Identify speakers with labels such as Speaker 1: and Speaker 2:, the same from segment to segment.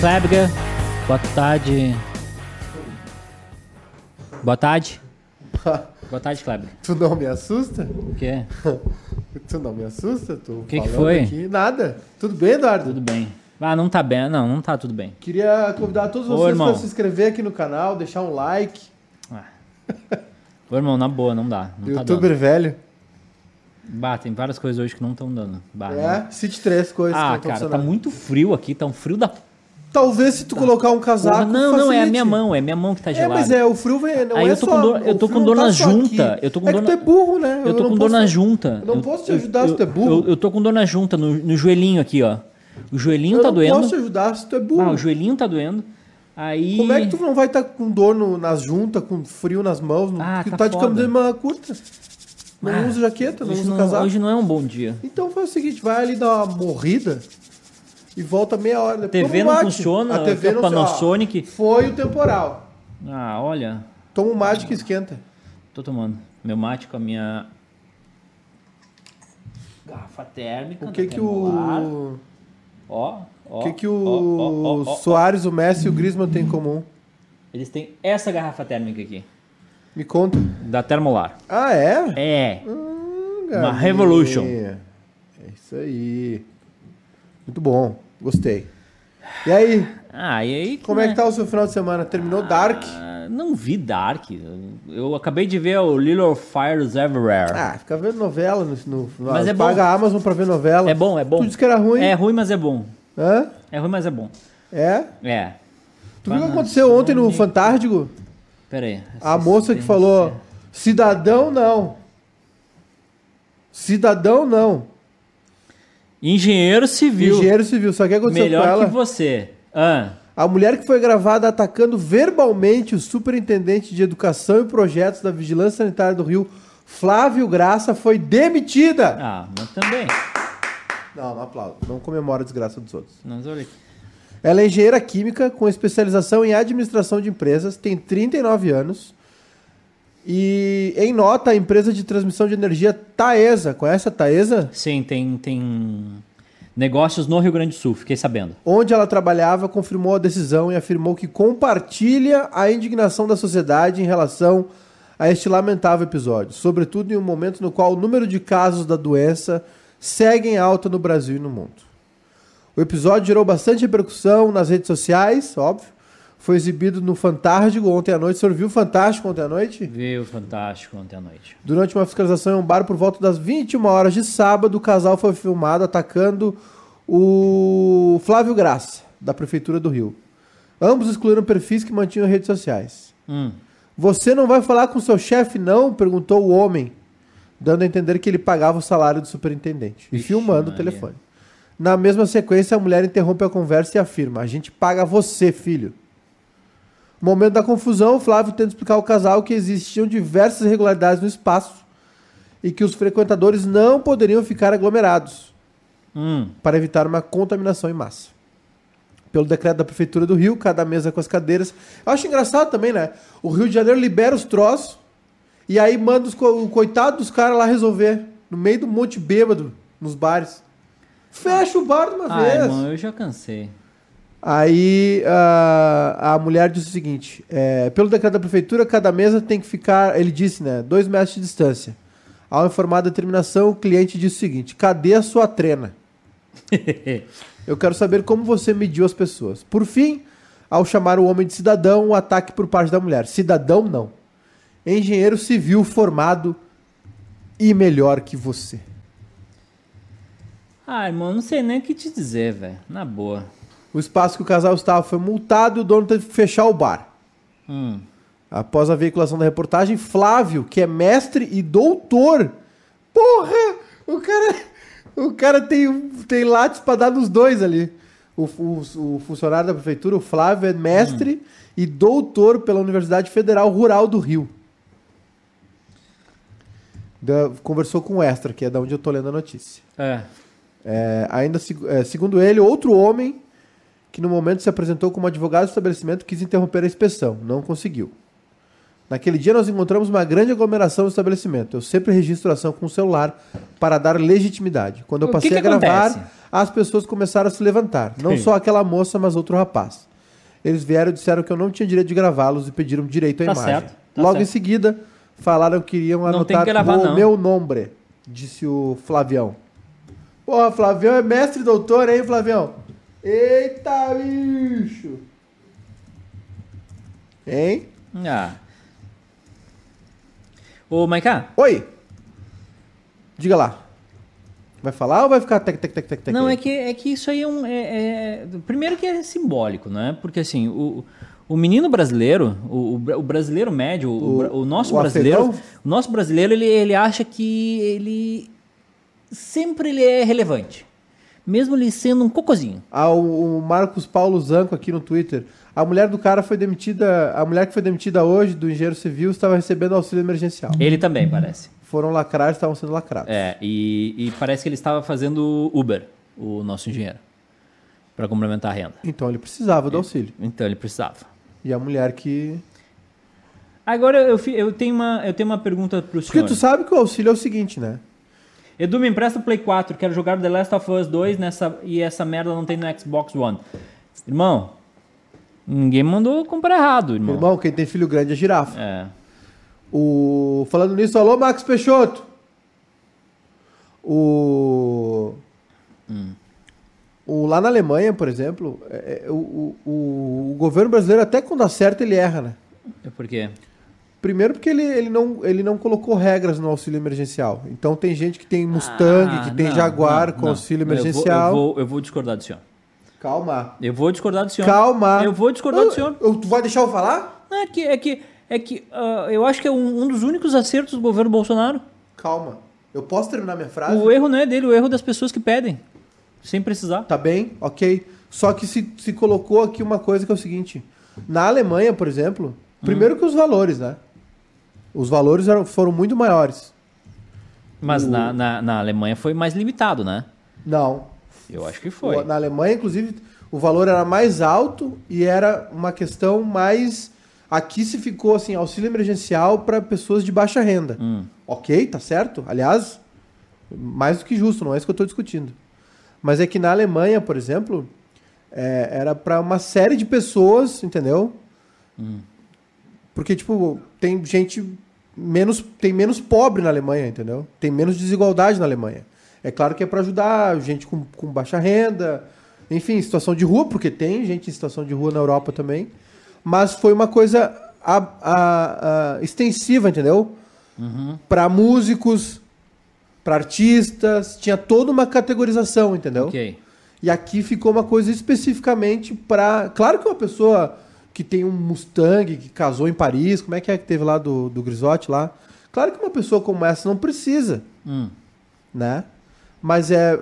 Speaker 1: Kleberger. Boa tarde. Boa tarde. Boa tarde, Kleber.
Speaker 2: Tu não me assusta?
Speaker 1: O quê?
Speaker 2: Tu não me assusta? Tu
Speaker 1: Que que
Speaker 2: falando
Speaker 1: foi?
Speaker 2: aqui. Nada. Tudo bem, Eduardo?
Speaker 1: Tudo bem. Ah, não tá bem. Não, não tá tudo bem.
Speaker 2: Queria convidar todos
Speaker 1: Ô,
Speaker 2: vocês
Speaker 1: irmão. Tá
Speaker 2: para se inscrever aqui no canal, deixar um like.
Speaker 1: Ô, irmão, na boa, não dá. Não tá
Speaker 2: Youtuber velho.
Speaker 1: dando. Bah, tem várias coisas hoje que não estão dando. Bah, não.
Speaker 2: É, cite três coisas que
Speaker 1: Ah,
Speaker 2: não tão
Speaker 1: cara, tá
Speaker 2: funcionando.
Speaker 1: muito frio aqui, tá um frio da porra.
Speaker 2: Talvez se tu colocar um casaco.
Speaker 1: Não, não, é a
Speaker 2: facilite.
Speaker 1: minha mão, é a minha mão que tá
Speaker 2: É,
Speaker 1: gelada.
Speaker 2: mas é, o frio vem. Não
Speaker 1: Aí
Speaker 2: é
Speaker 1: eu tô
Speaker 2: só-
Speaker 1: com dor- eu
Speaker 2: o
Speaker 1: tô
Speaker 2: frio
Speaker 1: com
Speaker 2: não
Speaker 1: dor
Speaker 2: tá
Speaker 1: na
Speaker 2: só
Speaker 1: junta,
Speaker 2: aqui.
Speaker 1: eu tô com
Speaker 2: é
Speaker 1: dor
Speaker 2: que
Speaker 1: na-
Speaker 2: tu é burro, né?
Speaker 1: Eu tô
Speaker 2: não
Speaker 1: com dor
Speaker 2: posso-
Speaker 1: na junta.
Speaker 2: eu não
Speaker 1: Eu-
Speaker 2: posso te
Speaker 1: eu-
Speaker 2: ajudar se tu é
Speaker 1: eu-
Speaker 2: burro.
Speaker 1: Eu, eu tô com dor na junta, no, no joelhinho aqui, ó. O joelhinho
Speaker 2: Eu
Speaker 1: tá
Speaker 2: não
Speaker 1: doendo.
Speaker 2: posso te ajudar se tu é burro.
Speaker 1: Ah, o joelhinho tá doendo. Aí.
Speaker 2: Como é que tu não vai estar com dor no, nas juntas, com frio nas mãos? No,
Speaker 1: Ah,
Speaker 2: porque
Speaker 1: tá
Speaker 2: tu tá de
Speaker 1: foda.
Speaker 2: camiseta curta. Não
Speaker 1: Ah,
Speaker 2: usa jaqueta, não
Speaker 1: hoje,
Speaker 2: usa
Speaker 1: não,
Speaker 2: casaco.
Speaker 1: hoje não é um bom dia.
Speaker 2: Então faz o seguinte, vai ali dar uma morrida e volta meia hora depois.
Speaker 1: TV
Speaker 2: Toma um
Speaker 1: não
Speaker 2: mate.
Speaker 1: funciona,
Speaker 2: a TV
Speaker 1: aqui é
Speaker 2: não
Speaker 1: Panasonic.
Speaker 2: ó, Foi o temporal.
Speaker 1: Ah, olha.
Speaker 2: Toma um mate que esquenta.
Speaker 1: Tô tomando meu mate com a minha. Garrafa térmica.
Speaker 2: O que que
Speaker 1: remolar.
Speaker 2: o
Speaker 1: Ó, tá Ah, ó.
Speaker 2: o que que
Speaker 1: ó, ó,
Speaker 2: o
Speaker 1: ó, ó.
Speaker 2: Soares, o Messi e o Griezmann têm em comum?
Speaker 1: Eles têm essa garrafa térmica aqui.
Speaker 2: Me conta.
Speaker 1: Da Termolar.
Speaker 2: Ah, é?
Speaker 1: É.
Speaker 2: Hum,
Speaker 1: Uma
Speaker 2: galinha.
Speaker 1: revolution.
Speaker 2: É isso aí. Muito bom. Gostei. E aí,
Speaker 1: Ah, e aí.
Speaker 2: como é que
Speaker 1: né?
Speaker 2: tá o seu final de semana? Terminou Dark?
Speaker 1: Ah, não vi Dark. Eu- Eu acabei de ver o Little Fires Everywhere.
Speaker 2: Ah, fica vendo novela no, no, no
Speaker 1: Mas é
Speaker 2: paga
Speaker 1: bom.
Speaker 2: a Amazon pra ver novela.
Speaker 1: é bom, é bom.
Speaker 2: Tu disse Ah, que era ruim.
Speaker 1: É ruim, mas é bom.
Speaker 2: Hã?
Speaker 1: É ruim, mas é bom.
Speaker 2: É?
Speaker 1: É.
Speaker 2: Tu viu o que aconteceu ontem no Fantástico?
Speaker 1: Pera aí.
Speaker 2: A moça que falou: cidadão não. Cidadão não.
Speaker 1: Engenheiro civil.
Speaker 2: Engenheiro civil. Sabe o que aconteceu com
Speaker 1: melhor
Speaker 2: ela?
Speaker 1: que você. Ah,
Speaker 2: A mulher que foi gravada atacando verbalmente o superintendente de educação e projetos da Vigilância Sanitária do Rio, Flávio Graça, foi demitida.
Speaker 1: ah mas também.
Speaker 2: Não, não aplaudo. Não comemora a desgraça dos outros.
Speaker 1: Mas olha aqui.
Speaker 2: Ela é engenheira química com especialização em administração de empresas, tem 39 anos. E em nota, a empresa de transmissão de energia Taesa, conhece a Taesa?
Speaker 1: Sim, tem, tem negócios no Rio Grande do Sul, fiquei sabendo.
Speaker 2: Onde ela trabalhava, confirmou a decisão e afirmou que compartilha a indignação da sociedade em relação a este lamentável episódio, sobretudo em um momento no qual o número de casos da doença segue em alta no Brasil e no mundo. O episódio gerou bastante repercussão nas redes sociais, óbvio. Foi exibido no Fantástico ontem à noite. O senhor viu o Fantástico ontem à noite?
Speaker 1: Viu, fantástico ontem à noite.
Speaker 2: Durante uma fiscalização em um bar por volta das 21 horas de sábado, o casal foi filmado atacando o Flávio Graça, da Prefeitura do Rio. Ambos excluíram perfis que mantinham redes sociais.
Speaker 1: Hum.
Speaker 2: Você não vai falar com seu chefe, não? perguntou o homem, dando a entender que ele pagava o salário do superintendente. E
Speaker 1: Vixe,
Speaker 2: filmando o
Speaker 1: Maria.
Speaker 2: telefone. Na mesma sequência, a mulher interrompe a conversa e afirma: A gente paga você, filho. No momento da confusão, o Flávio tenta explicar ao casal que existiam diversas irregularidades no espaço e que os frequentadores não poderiam ficar aglomerados
Speaker 1: Hum.
Speaker 2: para evitar uma contaminação em massa. Pelo decreto da Prefeitura do Rio, cada mesa com as cadeiras. Eu acho engraçado também, né? O Rio de Janeiro libera os troços e aí manda os co- o coitado dos caras lá resolver, no meio do monte bêbado, nos bares. Fecha o bar de uma
Speaker 1: Ah,
Speaker 2: vez.
Speaker 1: irmão, eu já cansei.
Speaker 2: Aí ah, a, a mulher disse o seguinte: é, pelo decreto da prefeitura, cada mesa tem que ficar, ele disse, né, dois metros de distância. Ao informar a determinação, o cliente disse o seguinte: cadê a sua trena? Eu quero saber como você mediu as pessoas. Por fim, ao chamar o homem de cidadão, o ataque por parte da mulher. Cidadão não. Engenheiro civil formado e melhor que você.
Speaker 1: ah, irmão, não sei nem o que te dizer, velho. Na boa.
Speaker 2: O espaço que o casal estava foi multado e o dono teve que fechar o bar.
Speaker 1: Hum.
Speaker 2: Após a veiculação da reportagem, Flávio, que é mestre e doutor. Porra! O cara, o cara tem, tem látis pra dar nos dois ali. O, o- o funcionário da prefeitura, o Flávio, é mestre e doutor pela Universidade Federal Rural do Rio. Da- conversou com o Extra, que é da onde eu tô lendo a notícia.
Speaker 1: É.
Speaker 2: É, ainda se- é, segundo ele, outro homem que no momento se apresentou como advogado do estabelecimento quis interromper a inspeção, não conseguiu. Naquele dia nós encontramos uma grande aglomeração no estabelecimento. Eu sempre registro a ação com o celular para dar legitimidade. Quando eu
Speaker 1: O que
Speaker 2: passei
Speaker 1: que
Speaker 2: a gravar,
Speaker 1: acontece?
Speaker 2: as pessoas começaram a se levantar. Não só aquela moça, mas outro rapaz. Eles vieram e disseram que eu não tinha direito de gravá-los e pediram direito à
Speaker 1: Tá
Speaker 2: imagem.
Speaker 1: certo, tá
Speaker 2: Logo em
Speaker 1: certo.
Speaker 2: seguida, falaram que iriam
Speaker 1: tem
Speaker 2: anotar
Speaker 1: que gravar,
Speaker 2: o
Speaker 1: não.
Speaker 2: meu nome, disse o Flavião. Porra, Flavião é mestre e doutor, hein, Flavião? Eita, bicho! Hein?
Speaker 1: Ah. Ô, Maiká,
Speaker 2: Oi! Diga lá. Vai falar ou vai ficar tec, tec, tec, tec, tec?
Speaker 1: não,
Speaker 2: aí?
Speaker 1: é que, é que isso aí é um. é- é- primeiro que é simbólico, né? Porque assim, o, o menino brasileiro, o, o bra- o brasileiro médio, o,
Speaker 2: O-
Speaker 1: bra- o nosso
Speaker 2: o
Speaker 1: brasileiro.
Speaker 2: afegão?
Speaker 1: O nosso brasileiro, ele, ele acha que ele. Sempre ele é relevante. Mesmo ele sendo um cocôzinho.
Speaker 2: Ah, o, o Marcos Paulo Zanco aqui no Twitter. A mulher do cara foi demitida. A mulher que foi demitida hoje do engenheiro civil estava recebendo auxílio emergencial.
Speaker 1: Ele também, parece.
Speaker 2: Foram lacrar, estavam sendo lacrados.
Speaker 1: É, e, e parece que ele estava fazendo Uber, o nosso engenheiro, para complementar a renda.
Speaker 2: Então ele precisava do auxílio.
Speaker 1: Então ele precisava.
Speaker 2: E a mulher que.
Speaker 1: Agora eu, fi- eu tenho, uma, eu tenho uma pergunta pro
Speaker 2: Porque
Speaker 1: senhor.
Speaker 2: tu sabe que o auxílio é o seguinte, né?
Speaker 1: Edu, me empresta o Play 4, quero jogar The Last of Us 2 nessa, e essa merda não tem no Xbox One. Irmão, ninguém mandou comprar errado, irmão.
Speaker 2: Irmão, quem tem filho grande é girafa.
Speaker 1: É.
Speaker 2: O... Falando nisso, alô, Max Peixoto! O...
Speaker 1: Hum.
Speaker 2: o. Lá na Alemanha, por exemplo, é- é- o, o- o- o governo brasileiro, até quando acerta, ele erra, né?
Speaker 1: É Por quê?
Speaker 2: Primeiro porque ele, ele, não, ele não colocou regras no auxílio emergencial. Então tem gente que tem Mustang,
Speaker 1: Ah,
Speaker 2: que tem
Speaker 1: não,
Speaker 2: Jaguar
Speaker 1: não,
Speaker 2: com
Speaker 1: não.
Speaker 2: auxílio
Speaker 1: Eu vou-
Speaker 2: emergencial.
Speaker 1: Eu vou, eu, vou, discordar do senhor.
Speaker 2: Calma.
Speaker 1: Eu vou discordar do senhor.
Speaker 2: Calma.
Speaker 1: Então, Eu vou discordar do
Speaker 2: Eu-
Speaker 1: senhor.
Speaker 2: eu- tu vai deixar eu falar?
Speaker 1: Não, é que, é que, é que ah, eu acho que é um, um dos únicos acertos do governo Bolsonaro.
Speaker 2: Calma. Eu posso terminar minha frase?
Speaker 1: O erro não é dele, o erro é das pessoas que pedem. Sem precisar.
Speaker 2: Tá bem, ok. Só que se, se colocou aqui uma coisa que é o seguinte: na Alemanha, por exemplo,
Speaker 1: Hum.
Speaker 2: primeiro que os valores, né? Os valores eram, foram muito maiores.
Speaker 1: Mas na, na, na Alemanha foi mais limitado, né?
Speaker 2: Não.
Speaker 1: Eu acho que foi.
Speaker 2: O- Na Alemanha, inclusive, o valor era mais alto e era uma questão mais. Aqui se ficou assim: auxílio emergencial para pessoas de baixa renda.
Speaker 1: Hum.
Speaker 2: Ok, tá certo. Aliás, mais do que justo, não é isso que eu estou discutindo. Mas é que na Alemanha, por exemplo, é, era para uma série de pessoas, entendeu? Porque, tipo, tem gente menos. Tem menos pobre na Alemanha, entendeu? Tem menos desigualdade na Alemanha. É claro que é para ajudar gente com, com baixa renda, enfim, situação de rua, porque tem gente em situação de rua na Europa também. Mas foi uma coisa a- a- a- extensiva, entendeu?
Speaker 1: uhum,
Speaker 2: Pra músicos, pra artistas, tinha toda uma categorização, entendeu?
Speaker 1: Ok.
Speaker 2: E aqui ficou uma coisa especificamente pra. Claro que uma pessoa que tem um Mustang, que casou em Paris, como é que é que teve lá do, do Grisotti lá? Claro que uma pessoa como essa não precisa,
Speaker 1: Hum.
Speaker 2: né? Mas é.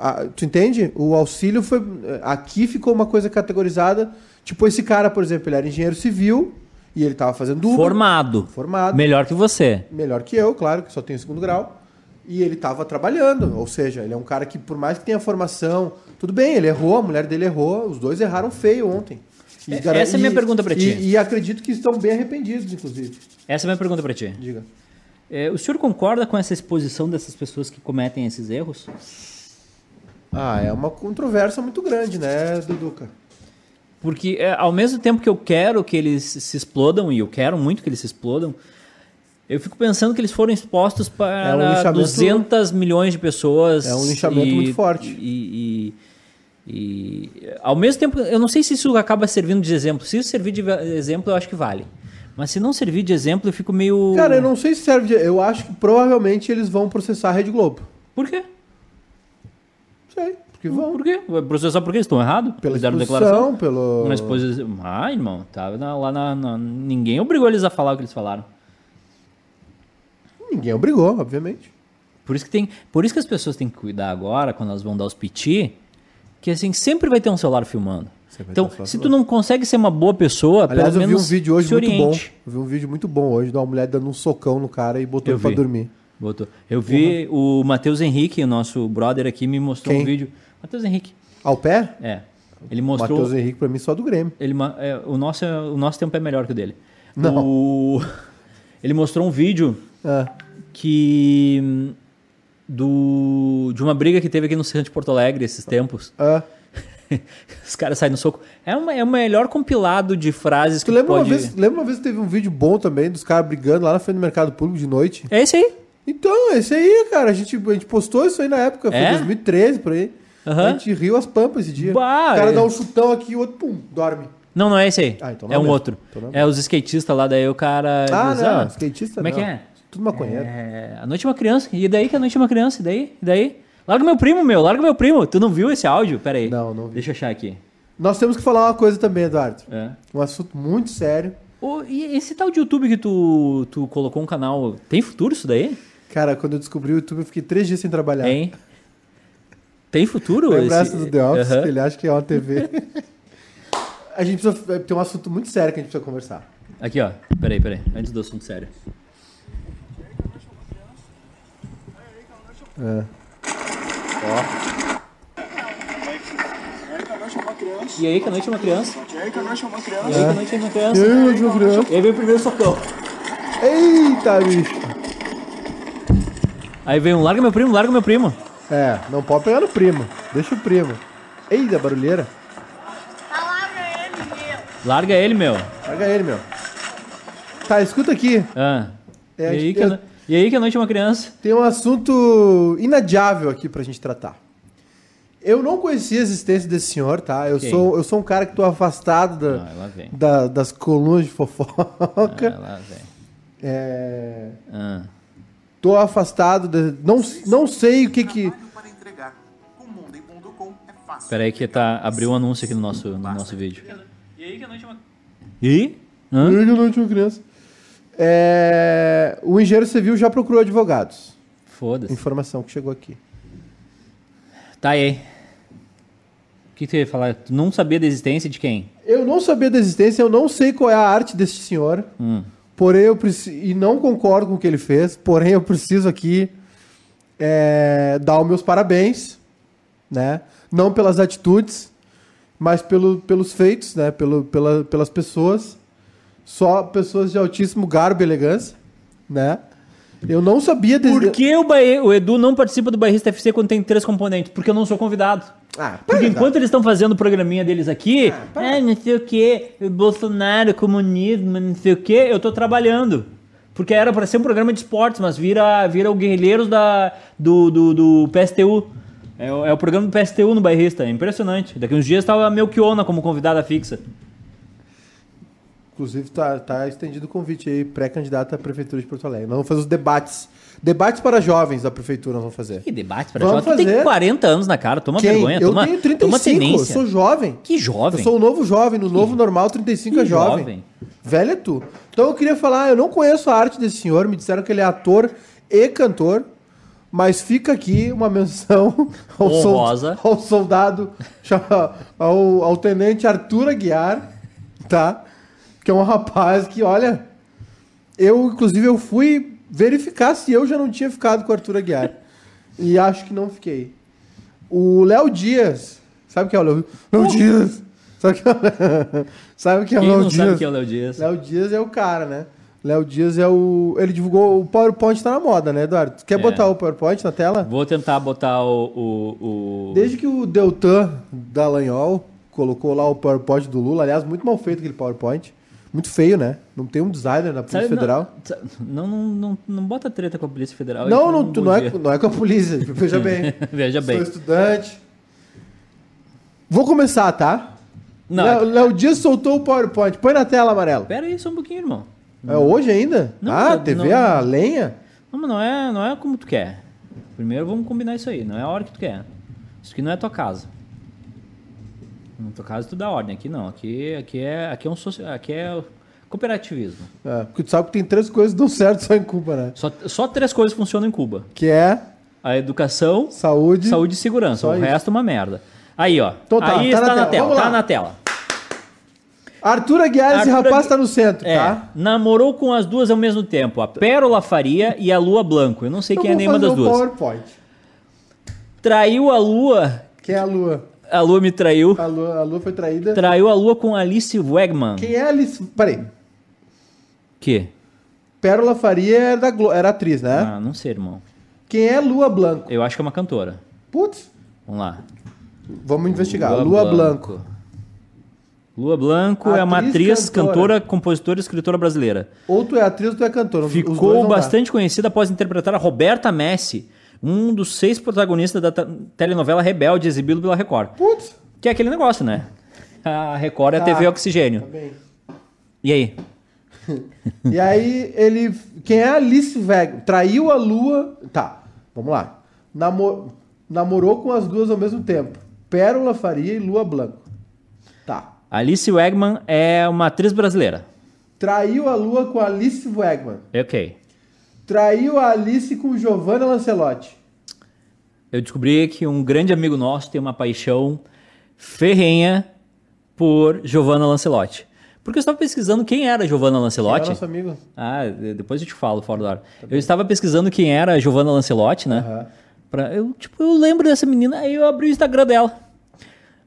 Speaker 2: a- tu entende? O auxílio foi. Aqui ficou uma coisa categorizada. Tipo, esse cara, por exemplo, ele era engenheiro civil e ele tava fazendo Uber.
Speaker 1: Formado.
Speaker 2: Formado
Speaker 1: Melhor que você.
Speaker 2: melhor que eu, claro, que só tenho segundo grau. E ele estava trabalhando, ou seja, ele é um cara que, por mais que tenha formação, tudo bem, ele errou, a mulher dele errou, os dois erraram feio ontem.
Speaker 1: É, essa é a minha pergunta pra
Speaker 2: e-
Speaker 1: ti.
Speaker 2: E acredito que estão bem arrependidos, inclusive.
Speaker 1: Essa é a minha pergunta pra ti.
Speaker 2: Diga.
Speaker 1: É, o senhor concorda com essa exposição dessas pessoas que cometem esses erros?
Speaker 2: Ah, é uma controvérsia muito grande, né, Duduca?
Speaker 1: Porque é, ao mesmo tempo que eu quero que eles se explodam, e eu quero muito que eles se explodam, eu fico pensando que eles foram expostos
Speaker 2: É um
Speaker 1: para
Speaker 2: linchamento-
Speaker 1: 200 milhões de pessoas.
Speaker 2: É um linchamento muito forte.
Speaker 1: E, e- e, ao mesmo tempo, eu não sei se isso acaba servindo de exemplo. Se isso servir de ve- exemplo, eu acho que vale. Mas se não servir de exemplo, eu fico meio.
Speaker 2: Cara, eu não sei se serve de... Eu acho que provavelmente eles vão processar a Rede Globo.
Speaker 1: Por quê?
Speaker 2: Não sei, porque vão.
Speaker 1: Por quê? Processar por quê? Eles estão errados?
Speaker 2: Pela
Speaker 1: Eles deram declaração?
Speaker 2: expulsão, pelo...
Speaker 1: Uma exposição. Ah, irmão, tava na- lá na, na- Ninguém obrigou eles a falar o que eles falaram.
Speaker 2: Ninguém obrigou, obviamente.
Speaker 1: Por isso que tem. Por isso que as pessoas têm que cuidar agora, quando elas vão dar os piti, que assim, sempre vai ter um celular filmando.
Speaker 2: Sempre vai
Speaker 1: Então,
Speaker 2: ter um celular
Speaker 1: se tu não consegue ser uma boa pessoa,
Speaker 2: Aliás, eu
Speaker 1: pelo
Speaker 2: vi um
Speaker 1: menos
Speaker 2: vídeo hoje
Speaker 1: se
Speaker 2: muito bom.
Speaker 1: oriente.
Speaker 2: Eu vi um vídeo muito bom hoje de uma mulher dando um socão no cara e botou
Speaker 1: Eu
Speaker 2: ele pra
Speaker 1: vi.
Speaker 2: dormir.
Speaker 1: Botou. Eu vi o Matheus Henrique, o nosso brother aqui, me mostrou
Speaker 2: Quem?
Speaker 1: um vídeo. Matheus Henrique.
Speaker 2: Ao pé?
Speaker 1: É. Ele
Speaker 2: O
Speaker 1: mostrou.
Speaker 2: Matheus Henrique, pra mim, só do Grêmio.
Speaker 1: é Ele, ma- é, o, nosso, é- o nosso tem um pé melhor que o dele.
Speaker 2: Não.
Speaker 1: O- Ele mostrou um vídeo
Speaker 2: Ah,
Speaker 1: que. hum, Do, de uma briga que teve aqui no centro de Porto Alegre esses tempos.
Speaker 2: ah.
Speaker 1: Os caras saem no soco. É, uma, é o melhor compilado de frases
Speaker 2: Tu
Speaker 1: que
Speaker 2: lembra,
Speaker 1: pode...
Speaker 2: uma vez, lembra uma vez que teve um vídeo bom também dos caras brigando lá na frente do mercado público de noite?
Speaker 1: É esse aí.
Speaker 2: Então, esse aí, cara, a gente, a gente postou isso aí na época, foi
Speaker 1: É?
Speaker 2: 2013 por aí.
Speaker 1: Aham.
Speaker 2: A gente riu as pampas esse dia.
Speaker 1: Bah,
Speaker 2: o cara
Speaker 1: é.
Speaker 2: dá um chutão aqui e o outro, pum, dorme.
Speaker 1: Não, não é esse aí.
Speaker 2: Ah, então não
Speaker 1: é
Speaker 2: é
Speaker 1: um
Speaker 2: mesmo.
Speaker 1: outro.
Speaker 2: Então não é
Speaker 1: é os skatistas lá, daí o cara.
Speaker 2: Ah,
Speaker 1: diz,
Speaker 2: não,
Speaker 1: "Ah,
Speaker 2: skatista
Speaker 1: Como é
Speaker 2: não.
Speaker 1: que é?
Speaker 2: Tudo maconheiro.
Speaker 1: É, a noite é uma criança. E daí que a noite é uma criança? E daí? E daí? Larga meu primo, meu. Larga meu primo. Tu não viu esse áudio? Pera aí.
Speaker 2: Não, não vi.
Speaker 1: Deixa eu achar aqui.
Speaker 2: Nós temos que falar uma coisa também, Eduardo.
Speaker 1: É.
Speaker 2: Um assunto muito sério.
Speaker 1: Ô, e esse tal de YouTube que tu, tu colocou um canal, tem futuro isso daí?
Speaker 2: Cara, quando eu descobri o YouTube, eu fiquei três dias sem trabalhar.
Speaker 1: Hein? Tem futuro?
Speaker 2: Lembrança É. do The Office,
Speaker 1: Aham.
Speaker 2: que ele acha que é uma TV. a gente precisa tem um assunto muito sério que a gente precisa conversar.
Speaker 1: Aqui, ó. Peraí, peraí. Antes do assunto sério.
Speaker 2: É.
Speaker 1: E aí que a noite é uma criança. E aí que a noite é uma criança. E aí que a noite é uma criança.
Speaker 2: Ei, meu Deus.
Speaker 1: E aí vem o primeiro socão.
Speaker 2: Eita, bicho!
Speaker 1: Aí vem um, larga meu primo, larga meu primo.
Speaker 2: É, não pode pegar no primo. Deixa o primo. Eita, barulheira.
Speaker 1: Larga ele, meu.
Speaker 2: Larga ele, meu. Tá, escuta aqui.
Speaker 1: Ah.
Speaker 2: É,
Speaker 1: e, aí
Speaker 2: acho
Speaker 1: que
Speaker 2: que
Speaker 1: a
Speaker 2: eu-
Speaker 1: no- e aí que a noite é uma criança.
Speaker 2: Tem um assunto inadiável aqui pra gente tratar. Eu não conhecia a existência desse senhor, tá? Eu,
Speaker 1: Quem?
Speaker 2: sou, eu sou um cara que tô afastado da-
Speaker 1: Ah, lá vem.
Speaker 2: da- das colunas de
Speaker 1: Ah,
Speaker 2: fofoca.
Speaker 1: lá vem.
Speaker 2: É,
Speaker 1: Ah.
Speaker 2: tô afastado, de- não, não sei o que que...
Speaker 3: Para entregar. Com Mondem.com é fácil.
Speaker 1: Pera aí que tá, abriu um anúncio aqui no nosso, no nosso vídeo. E aí que a noite é uma... E? Hã?
Speaker 2: Eu não tinha criança. É, o engenheiro civil já procurou advogados.
Speaker 1: Foda-se.
Speaker 2: Informação que chegou aqui.
Speaker 1: Tá e aí. O que tu ia falar? Tu não sabia da existência de quem?
Speaker 2: Eu não sabia da existência, eu não sei qual é a arte deste senhor,
Speaker 1: Hum.
Speaker 2: porém eu preciso, e não concordo com o que ele fez, porém eu preciso aqui é, dar os meus parabéns, né? Não pelas atitudes, mas pelo, pelos feitos, né? Pelo, pela, pelas pessoas, só pessoas de altíssimo garbo e elegância, né? Eu não sabia... desse-
Speaker 1: Por que o, Bahia- o Edu não participa do Barrista FC quando tem três componentes? Porque eu não sou convidado.
Speaker 2: Ah, para,
Speaker 1: Porque
Speaker 2: Eduardo.
Speaker 1: enquanto eles estão fazendo o programinha deles aqui,
Speaker 2: É,
Speaker 1: ah, não sei o que, Bolsonaro, comunismo, não sei o que, eu tô trabalhando. Porque era pra ser um programa de esportes, mas vira, vira o Guerrilheiros da, do, do, do PSTU. É, o- é o programa do PSTU no Bairrista, é impressionante. Daqui uns dias tava a Melchiona como convidada fixa.
Speaker 2: Inclusive, tá, tá estendido o convite aí, pré-candidato à Prefeitura de Porto Alegre. Nós vamos fazer os debates. Debates para jovens da Prefeitura nós vamos fazer.
Speaker 1: Que debate pra
Speaker 2: Vamos
Speaker 1: jovem. Tu tem
Speaker 2: fazer.
Speaker 1: 40 anos na cara, toma
Speaker 2: Quem?
Speaker 1: vergonha,
Speaker 2: eu
Speaker 1: toma,
Speaker 2: tenho
Speaker 1: toma
Speaker 2: 35, eu
Speaker 1: tenência.
Speaker 2: sou jovem.
Speaker 1: Que
Speaker 2: Eu
Speaker 1: jovem.
Speaker 2: sou o novo jovem, no novo normal, 35 é
Speaker 1: que
Speaker 2: jovem.
Speaker 1: jovem.
Speaker 2: Velho é tu. Então eu queria falar, eu não conheço a arte desse senhor, me disseram que ele é ator e cantor, mas fica aqui uma menção ao, sol-
Speaker 1: Honrosa.
Speaker 2: ao soldado, chama- ao, ao tenente Arthur Aguiar, tá? Que é um rapaz que, olha, eu, inclusive, eu fui verificar se eu já não tinha ficado com o Arthur Aguiar. e acho que não fiquei. O Léo Dias. Sabe quem é o Léo? Léo Dias! Sabe quem é o, sabe quem é o
Speaker 1: Quem não
Speaker 2: Léo
Speaker 1: sabe
Speaker 2: Dias?
Speaker 1: quem é o Léo Dias?
Speaker 2: Léo Dias é o cara, né? Léo Dias é o. Ele divulgou. O PowerPoint tá na moda, né, Eduardo? Tu quer
Speaker 1: É.
Speaker 2: botar o PowerPoint na tela?
Speaker 1: Vou tentar botar o... o, o...
Speaker 2: Desde que o Deltan Dallagnol colocou lá o PowerPoint do Lula, aliás, muito mal feito aquele PowerPoint. Muito feio, né? Não tem um designer na Polícia
Speaker 1: Sabe,
Speaker 2: Federal.
Speaker 1: Não, sa- não, não, não, não bota treta com a Polícia Federal.
Speaker 2: Não,
Speaker 1: então,
Speaker 2: não,
Speaker 1: bom
Speaker 2: tu não, é,
Speaker 1: dia.
Speaker 2: não é com a polícia. Veja bem.
Speaker 1: Veja bem.
Speaker 2: Sou estudante. Vou começar, tá?
Speaker 1: Não,
Speaker 2: Léo- Léo Dias soltou o PowerPoint. Põe na tela, amarelo.
Speaker 1: Pera aí só um pouquinho, irmão.
Speaker 2: É hoje ainda?
Speaker 1: Não,
Speaker 2: ah,
Speaker 1: não,
Speaker 2: TV
Speaker 1: não.
Speaker 2: a lenha?
Speaker 1: Não, mas não é, não é como tu quer. Primeiro vamos combinar isso aí. Não é a hora que tu quer. Isso aqui não é tua casa. Na tua casa tu dá ordem. Aqui não. Aqui, aqui, é, aqui é um soci... aqui é o cooperativismo.
Speaker 2: É, porque tu sabe que tem três coisas que dão certo só em Cuba, né?
Speaker 1: Só, só três coisas funcionam em Cuba.
Speaker 2: Que é
Speaker 1: A educação,
Speaker 2: saúde.
Speaker 1: saúde e segurança.
Speaker 2: Só
Speaker 1: o
Speaker 2: isso.
Speaker 1: resto é uma merda. Aí, ó.
Speaker 2: Então tá,
Speaker 1: aí
Speaker 2: tá
Speaker 1: está
Speaker 2: na
Speaker 1: na
Speaker 2: tela.
Speaker 1: tela.
Speaker 2: Vamos
Speaker 1: Tá
Speaker 2: lá.
Speaker 1: na tela.
Speaker 2: Arthur Aguiar, esse
Speaker 1: Arthur
Speaker 2: rapaz
Speaker 1: Aguiar-
Speaker 2: tá no centro,
Speaker 1: É,
Speaker 2: tá?
Speaker 1: namorou com as duas ao mesmo tempo, a Pérola Faria e a Lua Blanco. Eu não sei
Speaker 2: Então
Speaker 1: quem é
Speaker 2: vou
Speaker 1: nenhuma
Speaker 2: fazer
Speaker 1: das
Speaker 2: um
Speaker 1: duas.
Speaker 2: PowerPoint.
Speaker 1: Traiu a Lua,
Speaker 2: Quem é a Lua?
Speaker 1: a Lua me traiu.
Speaker 2: A Lua, a Lua foi traída.
Speaker 1: Traiu a Lua com Alice Wegman.
Speaker 2: Quem é a Alice? Peraí.
Speaker 1: Que?
Speaker 2: Pérola Faria era, da Glo- era atriz, né?
Speaker 1: Ah, não sei, irmão.
Speaker 2: Quem é Lua Blanco?
Speaker 1: Eu acho que é uma cantora.
Speaker 2: Putz,
Speaker 1: Vamos lá.
Speaker 2: vamos investigar. Lua, Blanco.
Speaker 1: Lua Blanco é uma
Speaker 2: Atriz,
Speaker 1: atriz,
Speaker 2: cantora.
Speaker 1: cantora. compositora e escritora brasileira.
Speaker 2: Ou tu é atriz ou tu é cantor. Os dois
Speaker 1: Ficou
Speaker 2: não dá.
Speaker 1: bastante conhecida após interpretar a Roberta Messi, um dos seis protagonistas da ta- telenovela Rebelde, exibido pela Record.
Speaker 2: Putz,
Speaker 1: Que é aquele negócio, né? A Record é a
Speaker 2: Tá.
Speaker 1: TV Oxigênio.
Speaker 2: tá bem.
Speaker 1: E aí?
Speaker 2: E aí ele. Quem é Alice Vega? Traiu a lua. Tá, vamos lá. Namo- Namorou com as duas ao mesmo tempo. Pérola Faria e Lua Blanco. Tá.
Speaker 1: Alice Wegman é uma atriz brasileira. É,
Speaker 2: Traiu a lua com Alice Wegman.
Speaker 1: Ok.
Speaker 2: Traiu a Alice com Giovanna Lancelotti.
Speaker 1: Eu descobri que um grande amigo nosso tem uma paixão ferrenha por Giovanna Lancelotti. Porque eu estava pesquisando quem era Giovanna
Speaker 2: É
Speaker 1: Lancelotti.
Speaker 2: nosso amigo.
Speaker 1: Ah, de- depois eu te falo fora do ar. eu estava pesquisando quem era a Giovanna Lancelotti, né?
Speaker 2: Aham.
Speaker 1: Pra- eu, tipo, eu lembro dessa menina, aí eu abri o Instagram dela.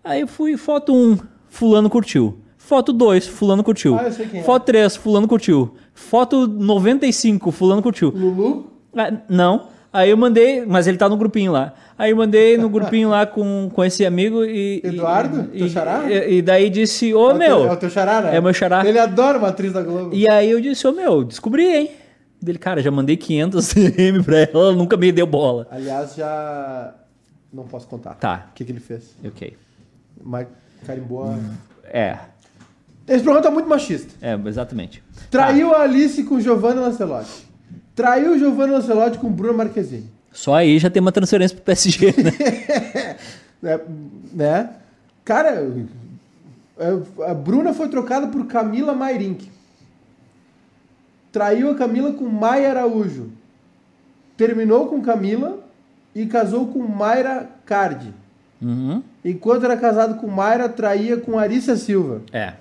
Speaker 1: Aí eu fui, foto 1, fulano curtiu. Foto 2, fulano curtiu.
Speaker 2: Ah, eu sei quem é.
Speaker 1: foto 3, fulano curtiu. Foto 95, fulano curtiu.
Speaker 2: Lulu?
Speaker 1: Ah, não. Aí eu mandei, mas ele tá no grupinho lá. Aí eu mandei no grupinho lá com, com esse amigo e. e-
Speaker 2: Eduardo?
Speaker 1: E,
Speaker 2: Teu xará?
Speaker 1: e, e daí disse, ô
Speaker 2: É o teu-
Speaker 1: meu.
Speaker 2: É o teu xará, né?
Speaker 1: É meu xará.
Speaker 2: Ele adora uma atriz da Globo.
Speaker 1: E aí eu disse, ô meu, descobri, hein? Dele, cara, já mandei 500 DM pra ela, ela nunca me deu bola.
Speaker 2: Aliás, já. Não posso contar.
Speaker 1: Tá.
Speaker 2: O que, que ele fez?
Speaker 1: Ok.
Speaker 2: Mas carimbou. a-
Speaker 1: É,
Speaker 2: Esse programa tá muito machista.
Speaker 1: é, exatamente.
Speaker 2: Traiu a Alice com Giovanna Lancelotti. Traiu Giovanna Lancelotti com Bruna Marquezine.
Speaker 1: Só aí já tem uma transferência pro PSG, né?
Speaker 2: É, né? Cara, eu- eu- a Bruna foi trocada por Camila Mairink. Traiu a Camila com Maia Araújo. Terminou com Camila e casou com Mayra Cardi.
Speaker 1: uhum.
Speaker 2: Enquanto era casado com Mayra, traía com Arícia Silva.
Speaker 1: É.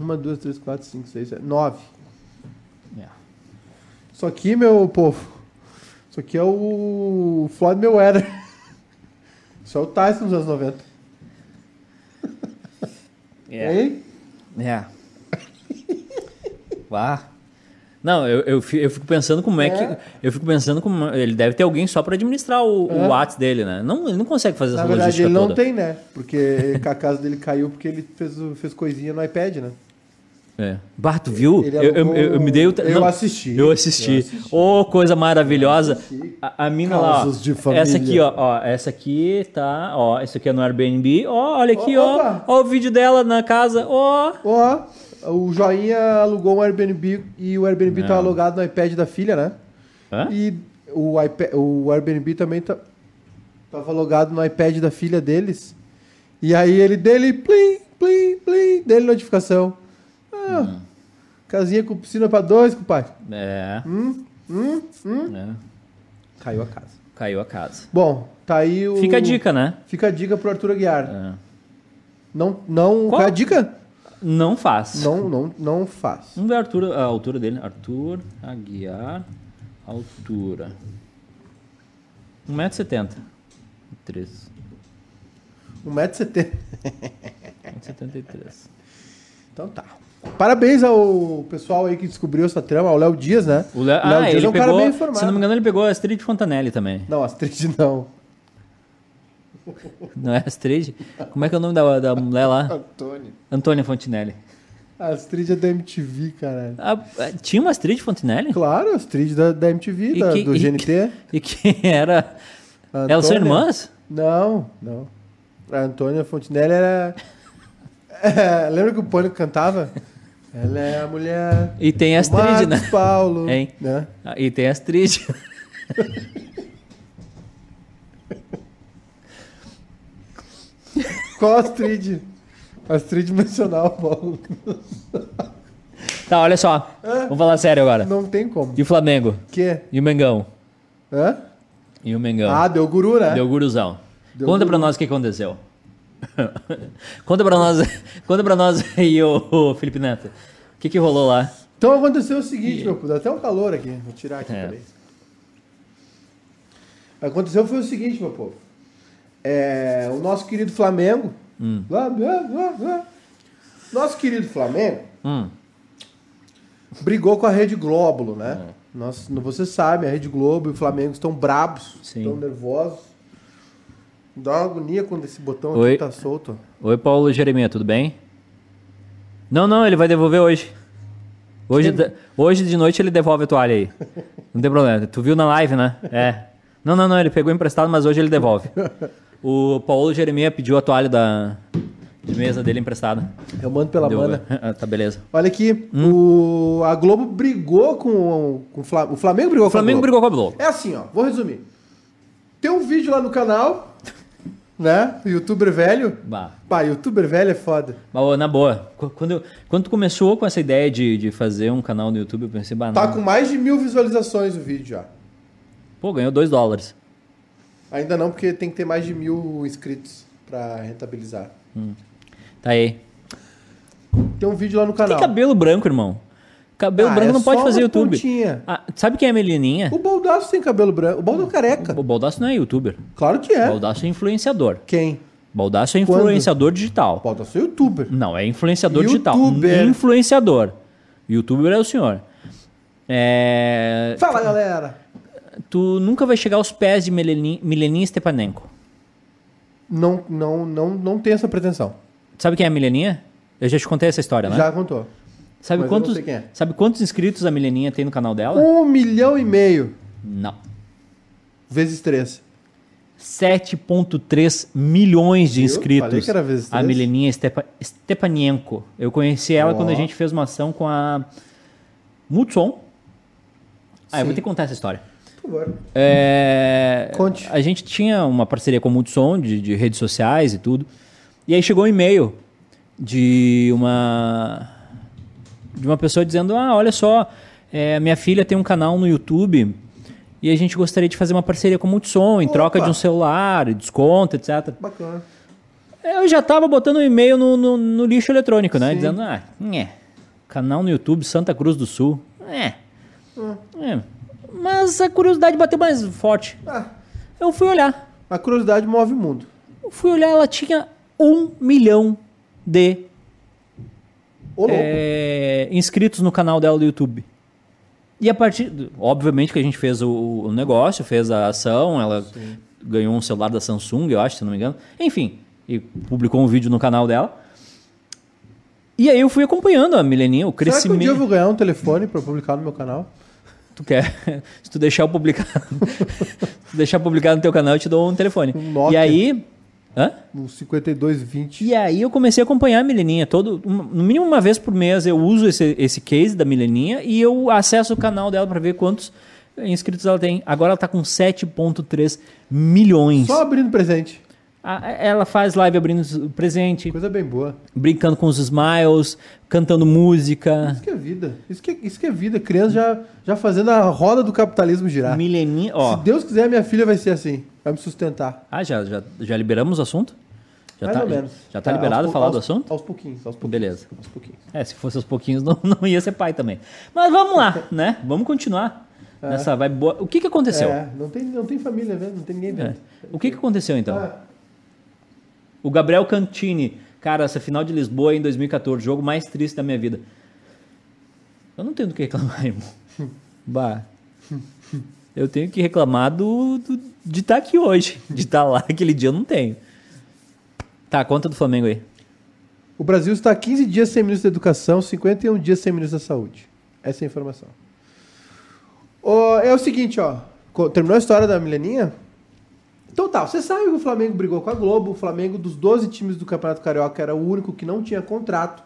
Speaker 2: Uma, duas, três, quatro, cinco, seis, sete, nove.
Speaker 1: É.
Speaker 2: Isso aqui, meu povo. Isso aqui é o Floyd Mayweather. Isso é o Tyson dos anos 90.
Speaker 1: É.
Speaker 2: Hein?
Speaker 1: É. Vá. Não, eu, eu, fi- eu fico pensando como é,
Speaker 2: É.
Speaker 1: que. Eu fico pensando como. Ele deve ter alguém só pra administrar o,
Speaker 2: É.
Speaker 1: o WhatsApp dele, né? Não, ele não consegue fazer
Speaker 2: Na
Speaker 1: essa
Speaker 2: verdade,
Speaker 1: logística
Speaker 2: ele não
Speaker 1: toda.
Speaker 2: tem, né? Porque a casa dele caiu porque ele fez, o- fez coisinha no iPad, né?
Speaker 1: É. Bah, tu viu?
Speaker 2: Ele
Speaker 1: Eu, eu,
Speaker 2: alugou-
Speaker 1: eu- eu me dei o.
Speaker 2: eu assisti.
Speaker 1: Eu assisti.
Speaker 2: Eu
Speaker 1: Oh, coisa maravilhosa.
Speaker 2: assisti.
Speaker 1: A, a mina lá. Ó,
Speaker 2: Casos de família.
Speaker 1: Essa aqui, ó, ó. Essa aqui tá. Ó, isso aqui é no Airbnb. Ó, olha aqui,
Speaker 2: Ó,
Speaker 1: ó.
Speaker 2: opa.
Speaker 1: Ó o vídeo dela na casa. Ó.
Speaker 2: Ó, o Joinha alugou um Airbnb e o Airbnb tá alugado no iPad da filha, né?
Speaker 1: Hã?
Speaker 2: E o, iPa- o Airbnb também tá, tava logado no iPad da filha deles. E aí ele dele, plim, plim, plim, dele notificação. Ah,
Speaker 1: Hum.
Speaker 2: Casinha com piscina pra dois, compadre.
Speaker 1: É.
Speaker 2: Hum,
Speaker 1: É.
Speaker 2: Caiu a casa.
Speaker 1: Caiu a casa.
Speaker 2: Bom, tá aí o.
Speaker 1: Fica a dica, né?
Speaker 2: Fica a dica pro Arthur Aguiar.
Speaker 1: É.
Speaker 2: Não, não.
Speaker 1: Qual?
Speaker 2: Qual é a dica?
Speaker 1: Não faz.
Speaker 2: Não, não, não faz.
Speaker 1: Vamos ver a altura, a altura dele. Arthur Aguiar, altura. 1,70m. 3.
Speaker 2: 1,70m.
Speaker 1: 1,73m.
Speaker 2: Então tá. Parabéns ao pessoal aí que descobriu essa trama, ao Léo Dias, né?
Speaker 1: O Léo, ah, ele
Speaker 2: é um
Speaker 1: pegou,
Speaker 2: cara bem informado.
Speaker 1: se não me engano, ele pegou a Astrid Fontanelli também.
Speaker 2: Não, Astrid não.
Speaker 1: Não é Astrid? Como é que é o nome da, da mulher lá?
Speaker 2: Antônio.
Speaker 1: Antônia Fontinelli.
Speaker 2: Astrid é da MTV, caralho.
Speaker 1: Ah, ah, tinha uma Astrid Fontinelli?
Speaker 2: Claro, Astrid da, da MTV,
Speaker 1: E
Speaker 2: da-
Speaker 1: que-
Speaker 2: do
Speaker 1: e
Speaker 2: GNT.
Speaker 1: E que era...
Speaker 2: A
Speaker 1: Elas são
Speaker 2: Antônia-
Speaker 1: irmãs?
Speaker 2: Não, não. A Antônia Fontinelli era. É, lembra que o Pânico cantava? Ela é a mulher.
Speaker 1: E tem a
Speaker 2: do Marcos
Speaker 1: Astrid, né?
Speaker 2: Paulo.
Speaker 1: Hein?
Speaker 2: Né?
Speaker 1: Ah, E tem a Astrid.
Speaker 2: Qual Astrid? Astrid Nacional, Paulo.
Speaker 1: Tá, olha só. Vamos falar sério agora.
Speaker 2: Não tem como.
Speaker 1: E o Flamengo?
Speaker 2: Que?
Speaker 1: E o Mengão?
Speaker 2: Hã?
Speaker 1: E o Mengão?
Speaker 2: Ah, deu guru, né?
Speaker 1: Deu guruzão.
Speaker 2: Deu
Speaker 1: conta
Speaker 2: guru.
Speaker 1: pra nós o que aconteceu. conta pra nós, conta pra nós aí, ô, ô, Felipe Neto. O que que rolou lá?
Speaker 2: Então aconteceu o seguinte, meu puto, dá até um calor aqui. Vou tirar aqui,
Speaker 1: É.
Speaker 2: peraí. Aconteceu foi o seguinte, meu povo. É, o nosso querido Flamengo.
Speaker 1: Hum.
Speaker 2: Blá, blá, blá, blá. Nosso querido Flamengo
Speaker 1: Hum.
Speaker 2: brigou com a Rede Globo, né?
Speaker 1: É.
Speaker 2: Nós, você sabe, a Rede Globo e o Flamengo estão brabos,
Speaker 1: Sim.
Speaker 2: estão nervosos. Dá uma agonia quando esse botão
Speaker 1: Oi.
Speaker 2: aqui tá solto.
Speaker 1: Oi, Paulo Jeremias, tudo bem? Não, não, ele vai devolver hoje. Hoje, de, hoje de noite ele devolve a toalha aí. Não tem problema. Tu viu na live, né? É. Não, não, não, ele pegou emprestado, mas hoje ele devolve. O Paulo Jeremias pediu a toalha da de mesa dele emprestada.
Speaker 2: Eu mando pela
Speaker 1: Deu- Hum.
Speaker 2: banda.
Speaker 1: Ah, tá, beleza.
Speaker 2: Olha aqui, o, a Globo brigou com, com o Flamengo. O Flamengo brigou
Speaker 1: O Flamengo
Speaker 2: com a
Speaker 1: brigou
Speaker 2: Globo.
Speaker 1: com a Globo.
Speaker 2: É assim, ó, vou resumir. Tem um vídeo lá no canal, né? Youtuber velho.
Speaker 1: Bah.
Speaker 2: Pá, youtuber velho é foda.
Speaker 1: Mas, ô, na boa, qu- quando, eu- quando tu começou com essa ideia de, de fazer um canal no YouTube, eu pensei, bah,
Speaker 2: Tá
Speaker 1: não.
Speaker 2: com mais de mil visualizações o vídeo já.
Speaker 1: pô, ganhou 2 dólares.
Speaker 2: Ainda não, porque tem que ter mais de mil inscritos pra rentabilizar.
Speaker 1: Tá aí.
Speaker 2: Tem um vídeo lá no
Speaker 1: Tem
Speaker 2: canal.
Speaker 1: cabelo branco, irmão. Cabelo
Speaker 2: Ah,
Speaker 1: branco
Speaker 2: é
Speaker 1: não pode
Speaker 2: só
Speaker 1: fazer
Speaker 2: uma
Speaker 1: YouTube.
Speaker 2: pontinha.
Speaker 1: Ah, sabe quem é a Melininha?
Speaker 2: O Baldaço tem cabelo branco. O Baldaço é careca.
Speaker 1: O Baldaço não é youtuber.
Speaker 2: Claro que
Speaker 1: O
Speaker 2: é.
Speaker 1: Baldaço é influenciador.
Speaker 2: Quem?
Speaker 1: Baldaço é
Speaker 2: Quando?
Speaker 1: influenciador
Speaker 2: O
Speaker 1: digital.
Speaker 2: Baldaço é youtuber.
Speaker 1: Não, é influenciador
Speaker 2: Youtuber.
Speaker 1: digital. Influenciador. Youtuber é o senhor. É,
Speaker 2: Fala, galera.
Speaker 1: Tu nunca vai chegar aos pés de Melenin- Mileninha Stepanenko.
Speaker 2: Não, não, não, não tem essa pretensão.
Speaker 1: Sabe quem é a Mileninha? Eu já te contei essa história, né?
Speaker 2: Já contou.
Speaker 1: Sabe
Speaker 2: mas eu não
Speaker 1: quantos,
Speaker 2: sei quem é.
Speaker 1: sabe quantos inscritos a Mileninha tem no canal dela?
Speaker 2: Um milhão e meio
Speaker 1: Não.
Speaker 2: vezes três.
Speaker 1: 7,3 milhões de
Speaker 2: Viu?
Speaker 1: inscritos.
Speaker 2: Falei que era vezes
Speaker 1: a
Speaker 2: três.
Speaker 1: Mileninha Stepa, Stepanienko. Eu conheci ela
Speaker 2: Ó.
Speaker 1: quando a gente fez uma ação com a Multsom. Ah, eu
Speaker 2: Sim.
Speaker 1: vou ter que contar essa história.
Speaker 2: Por favor.
Speaker 1: É,
Speaker 2: Conte.
Speaker 1: A gente tinha uma parceria com a Multsom de, de redes sociais e tudo. E aí chegou um e-mail de uma de uma pessoa dizendo: Ah, olha só, é, minha filha tem um canal no YouTube e a gente gostaria de fazer uma parceria com a Multsom em
Speaker 2: Opa.
Speaker 1: troca de um celular, desconto, etc.
Speaker 2: Bacana.
Speaker 1: Eu já tava botando o e-mail no, no- no lixo eletrônico, né?
Speaker 2: Sim.
Speaker 1: Dizendo, ah, é. Canal no YouTube Santa Cruz do Sul. É.
Speaker 2: Hum.
Speaker 1: é. Mas a curiosidade bateu mais forte.
Speaker 2: Ah,
Speaker 1: Eu fui olhar.
Speaker 2: a curiosidade move o mundo.
Speaker 1: Eu fui olhar, ela tinha um milhão de
Speaker 2: Ô, louco. um
Speaker 1: é, inscritos no canal dela do YouTube. E a partir. do- Obviamente que a gente fez o, o negócio, fez a ação, ela ganhou um celular da Samsung, eu acho, se não me engano. Enfim, e publicou um vídeo no canal dela. E aí eu fui acompanhando a Mileninha, o
Speaker 2: Será que um dia eu
Speaker 1: crescimento.
Speaker 2: vou ganhar um telefone pra publicar no meu canal?
Speaker 1: Tu quer. se tu deixar eu publicar. se tu deixar publicar no teu canal, eu te dou um telefone.
Speaker 2: Um
Speaker 1: E
Speaker 2: Nokia.
Speaker 1: aí. Hã?
Speaker 2: Um 5220.
Speaker 1: E aí eu comecei a acompanhar a Mileninha. Todo, um- no mínimo uma vez por mês eu uso esse, esse case da Mileninha e eu acesso o canal dela para ver quantos eh, inscritos ela tem. Agora ela tá com 7.3 milhões.
Speaker 2: Só abrindo presente.
Speaker 1: A- ela faz live abrindo o presente,
Speaker 2: Coisa bem boa.
Speaker 1: brincando com os smiles, cantando música.
Speaker 2: Isso que é vida. Isso que, isso que é vida. Criança já, já fazendo a roda do capitalismo girar.
Speaker 1: Mileninha,
Speaker 2: Tá. Se
Speaker 1: ó.
Speaker 2: Deus quiser, minha filha vai ser assim. Vai me sustentar.
Speaker 1: Ah, já, já, já liberamos o assunto? Já
Speaker 2: Mais
Speaker 1: tá,
Speaker 2: ou menos. É,
Speaker 1: Já tá liberado
Speaker 2: aos pou-
Speaker 1: falar do
Speaker 2: aos-
Speaker 1: assunto?
Speaker 2: Aos pouquinhos, aos pouquinhos.
Speaker 1: Beleza.
Speaker 2: Aos pouquinhos.
Speaker 1: É, se fosse aos pouquinhos, não, não ia ser pai também. Mas vamos lá, né? Vamos continuar nessa vibe boa. O que, que aconteceu?
Speaker 2: É, não tem, não tem família vendo, não tem ninguém
Speaker 1: É.
Speaker 2: vendo.
Speaker 1: O que, que aconteceu então?
Speaker 2: Ah,
Speaker 1: O Gabriel Cantini, cara, essa final de Lisboa em 2014, jogo mais triste da minha vida. Eu não tenho do que reclamar, irmão. Bah. Eu tenho que reclamar do, do- de estar aqui hoje. De estar lá aquele dia eu não tenho. Tá, conta do Flamengo aí.
Speaker 2: o Brasil está há 15 dias sem ministro da Educação, 51 dias sem ministro da Saúde. Essa é a informação. Ô, é o seguinte, ó. Co- Terminou a história da Mileninha? Então tá, você sabe que o Flamengo brigou com a Globo, o Flamengo dos 12 times do Campeonato Carioca era o único que não tinha contrato.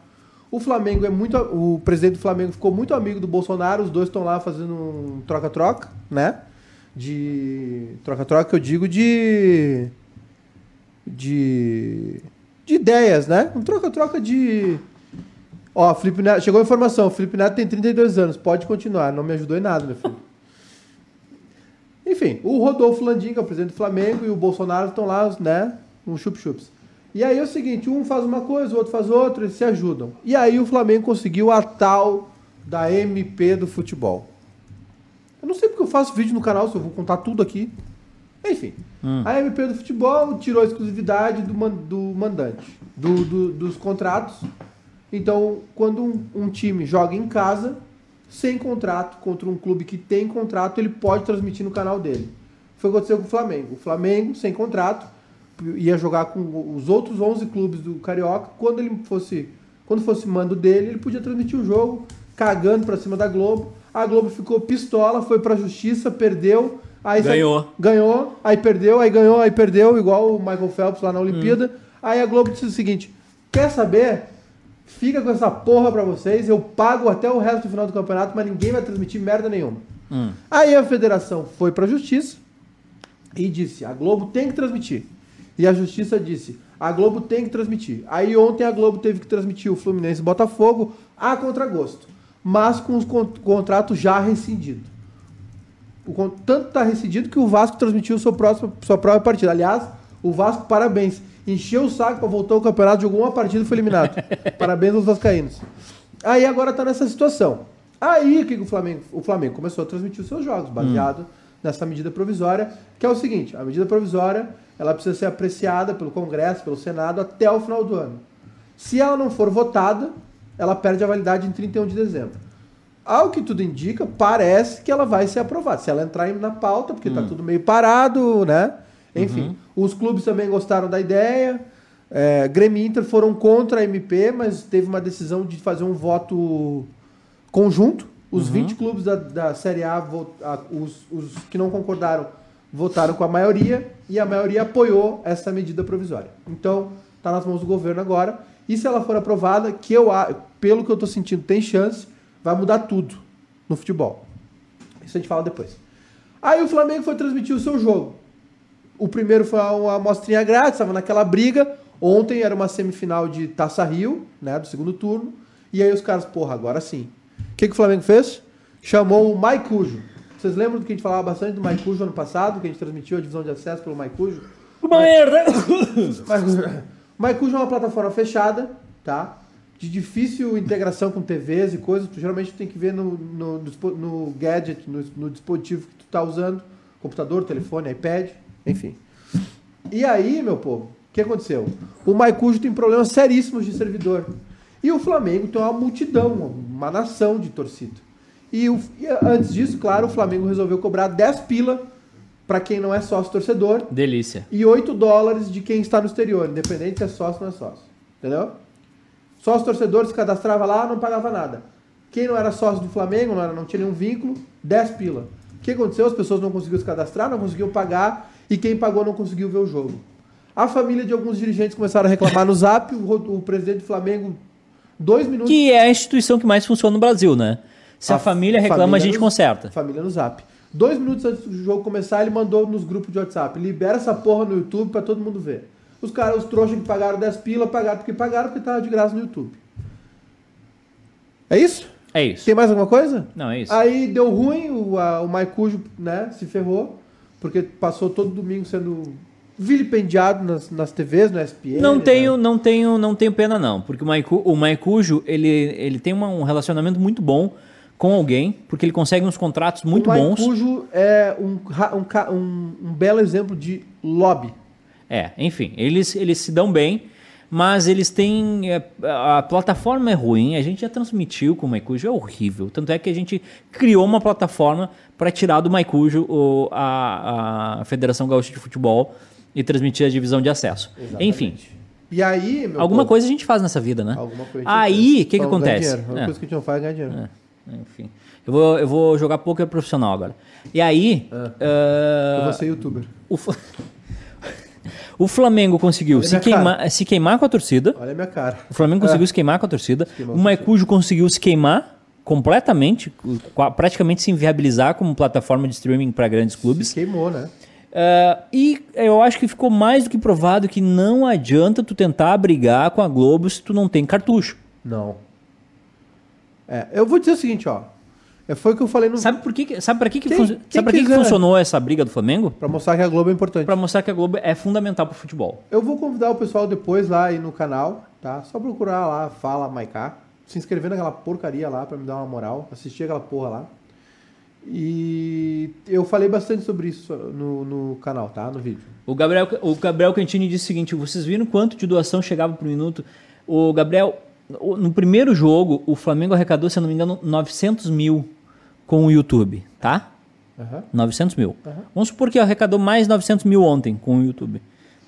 Speaker 2: O Flamengo é muito. a- O presidente do Flamengo ficou muito amigo do Bolsonaro, os dois estão lá fazendo um troca-troca, né? De. Troca-troca, eu digo de. De. De ideias, né? Um troca-troca de. Ó, Felipe Neto, chegou a informação, o Felipe Neto tem 32 anos, pode continuar, não me ajudou em nada, meu filho. Enfim, o Rodolfo Landim, que é o presidente do Flamengo, e o Bolsonaro estão lá, né? Um chup-chups. E aí é o seguinte, um faz uma coisa, o outro faz outra, eles se ajudam. E aí o Flamengo conseguiu a tal da MP do futebol. Eu não sei porque eu faço vídeo no canal, se eu vou contar tudo aqui. Enfim, a MP do futebol tirou a exclusividade do, man- do mandante, do- do- dos contratos. Então, quando um, um time joga em casa, sem contrato contra um clube que tem contrato, ele pode transmitir no canal dele. Foi o que aconteceu com o Flamengo. O Flamengo, sem contrato, ia jogar com os outros 11 clubes do Carioca. Quando ele fosse, quando fosse mando dele, ele podia transmitir o jogo, cagando pra cima da Globo. A Globo ficou pistola, foi pra justiça, perdeu. Aí sa-
Speaker 1: Ganhou.
Speaker 2: ganhou, aí perdeu, aí ganhou, aí perdeu, igual o Michael Phelps lá na Olimpíada. Aí a Globo disse o seguinte: quer saber? Fica com essa porra pra vocês, eu pago até o resto do final do campeonato, mas ninguém vai transmitir merda nenhuma.
Speaker 1: Hum.
Speaker 2: Aí a federação foi pra justiça e disse: a Globo tem que transmitir. E a justiça disse: a Globo tem que transmitir. Aí ontem a Globo teve que transmitir o Fluminense e Botafogo a contragosto, mas com o contrato já rescindido. O con- tanto está rescindido que o Vasco transmitiu sua, próxima, sua própria partida. Aliás, o Vasco, parabéns. Encheu o saco para voltar ao campeonato, jogou uma partida e foi eliminado. parabéns aos Vascaínos. Aí agora está nessa situação. Aí o que que o Flamengo, o Flamengo começou a transmitir os seus jogos, baseado nessa medida provisória, que é o seguinte: a medida provisória ela precisa ser apreciada pelo Congresso, pelo Senado, até o final do ano. Se ela não for votada, ela perde a validade em 31 de dezembro. Ao que tudo indica, parece que ela vai ser aprovada. Se ela entrar na pauta, porque está tudo meio parado, né? Enfim, os clubes também gostaram da ideia. É, Grêmio e Inter foram contra a MP, mas teve uma decisão de fazer um voto conjunto. Os 20 clubes da, da Série A, vo- a- os, os que não concordaram, votaram com a maioria e a maioria apoiou essa medida provisória. Então, está nas mãos do governo agora. E se ela for aprovada, que eu, a- pelo que eu estou sentindo, tem chance, vai mudar tudo no futebol. Isso a gente fala depois. Aí o Flamengo foi transmitir o seu jogo. O primeiro foi uma amostrinha grátis, estava naquela briga. Ontem era uma semifinal de Taça Rio, né, do segundo turno. E aí os caras, porra, agora sim. O que, que o Flamengo fez? Chamou o Maicujo. Vocês lembram do que a gente falava bastante do Maicujo ano passado, que a gente transmitiu a divisão de acesso pelo Maicujo?
Speaker 1: Uma merda!
Speaker 2: Mas- Maicujo é uma plataforma fechada, tá? De difícil integração com TVs e coisas. Tu geralmente tem que ver no, no, no dispo- no gadget, no, no dispositivo que tu tá usando. Computador, telefone, iPad, enfim. E aí, meu povo, o que aconteceu? O Maicujo tem problemas seríssimos de servidor. E o Flamengo tem uma multidão, uma nação de torcida. E, o- e antes disso, claro, o Flamengo resolveu cobrar 10 pila para quem não é sócio torcedor
Speaker 1: Delícia.
Speaker 2: e 8 dólares de quem está no exterior, independente se é sócio ou não é sócio. Entendeu? Sócio torcedor se cadastrava lá, não pagava nada. Quem não era sócio do Flamengo, não, era, não tinha nenhum vínculo, 10 pila. O que aconteceu? As pessoas não conseguiram se cadastrar, não conseguiam pagar, e quem pagou não conseguiu ver o jogo. A família de alguns dirigentes começaram a reclamar no zap, o, Ro- o presidente do Flamengo, dois minutos.
Speaker 1: Que é a instituição que mais funciona no Brasil, né? Se a, família reclama, a gente
Speaker 2: no-
Speaker 1: conserta.
Speaker 2: Família no zap. Dois minutos antes do jogo começar, ele mandou nos grupos de WhatsApp: libera essa porra no YouTube pra todo mundo ver. Os caras, os trouxas que pagaram 10 pila, pagaram porque pagaram, porque tava de graça no YouTube. É isso?
Speaker 1: É isso.
Speaker 2: Tem mais alguma coisa?
Speaker 1: Não, é isso.
Speaker 2: Aí deu ruim, o, a, o Maicujo, né, se ferrou, porque passou todo domingo sendo vilipendiado nas, nas TVs, no SPN.
Speaker 1: Não
Speaker 2: né?
Speaker 1: tenho, não tenho, não tenho pena não, porque o Maicu, o Maicujo, ele ele tem uma- um relacionamento muito bom com alguém, porque ele consegue uns contratos muito
Speaker 2: o
Speaker 1: bons.
Speaker 2: Maicujo é um, ra- um, ca- um, um belo exemplo de lobby.
Speaker 1: É, enfim, eles eles se dão bem, mas eles têm é, a a plataforma é ruim, a gente já transmitiu com o Maicujo, é horrível. Tanto é que a gente criou uma plataforma para tirar do Maicujo o- a, a Federação Gaúcha de Futebol e transmitir a divisão de acesso. Enfim,
Speaker 2: E aí, meu
Speaker 1: alguma
Speaker 2: povo,
Speaker 1: coisa a gente faz nessa vida, né?
Speaker 2: Alguma coisa a gente
Speaker 1: Aí,
Speaker 2: faz.
Speaker 1: o que, que
Speaker 2: Então, ganha
Speaker 1: acontece?
Speaker 2: Dinheiro. Uma
Speaker 1: É.
Speaker 2: coisa que a gente não faz é ganhar dinheiro.
Speaker 1: Enfim. Eu vou, eu vou jogar poker profissional agora. E aí.
Speaker 2: Eu
Speaker 1: ah,
Speaker 2: vou ser youtuber.
Speaker 1: o, Fla- o Flamengo conseguiu se
Speaker 2: minha cara.
Speaker 1: queimar, se queimar com a torcida.
Speaker 2: Olha a minha cara.
Speaker 1: O Flamengo conseguiu se queimar com a torcida.
Speaker 2: queimou
Speaker 1: O
Speaker 2: com a
Speaker 1: Maicujo conseguiu se queimar completamente, qua- praticamente se inviabilizar como plataforma de streaming para grandes clubes.
Speaker 2: Se queimou, né?
Speaker 1: Ah, e eu acho que ficou mais do que provado que não adianta tu tentar brigar com a Globo se tu não tem cartucho.
Speaker 2: Não. É, eu vou dizer o seguinte, ó. É, foi o que eu falei no...
Speaker 1: Sabe por que, que- sabe para que, que,
Speaker 2: Quem-
Speaker 1: fun-
Speaker 2: quem
Speaker 1: sabe pra que, que
Speaker 2: quiser.
Speaker 1: funcionou essa briga do Flamengo?
Speaker 2: Pra mostrar que a Globo é importante.
Speaker 1: Pra mostrar que a Globo é fundamental pro futebol.
Speaker 2: Eu vou convidar o pessoal depois lá aí no canal, tá? Só procurar lá, Fala Maiká. Se inscrever naquela porcaria lá pra me dar uma moral. Assistir aquela porra lá. E eu falei bastante sobre isso no, no canal, tá? No vídeo.
Speaker 1: O Gabriel, o Gabriel Cantini disse o seguinte: vocês viram quanto de doação chegava por minuto? O Gabriel, o- no primeiro jogo, o Flamengo arrecadou, se eu não me engano, 900 mil com o YouTube, tá?
Speaker 2: Aham.
Speaker 1: 900 mil. Vamos supor que arrecadou mais 900 mil ontem com o YouTube.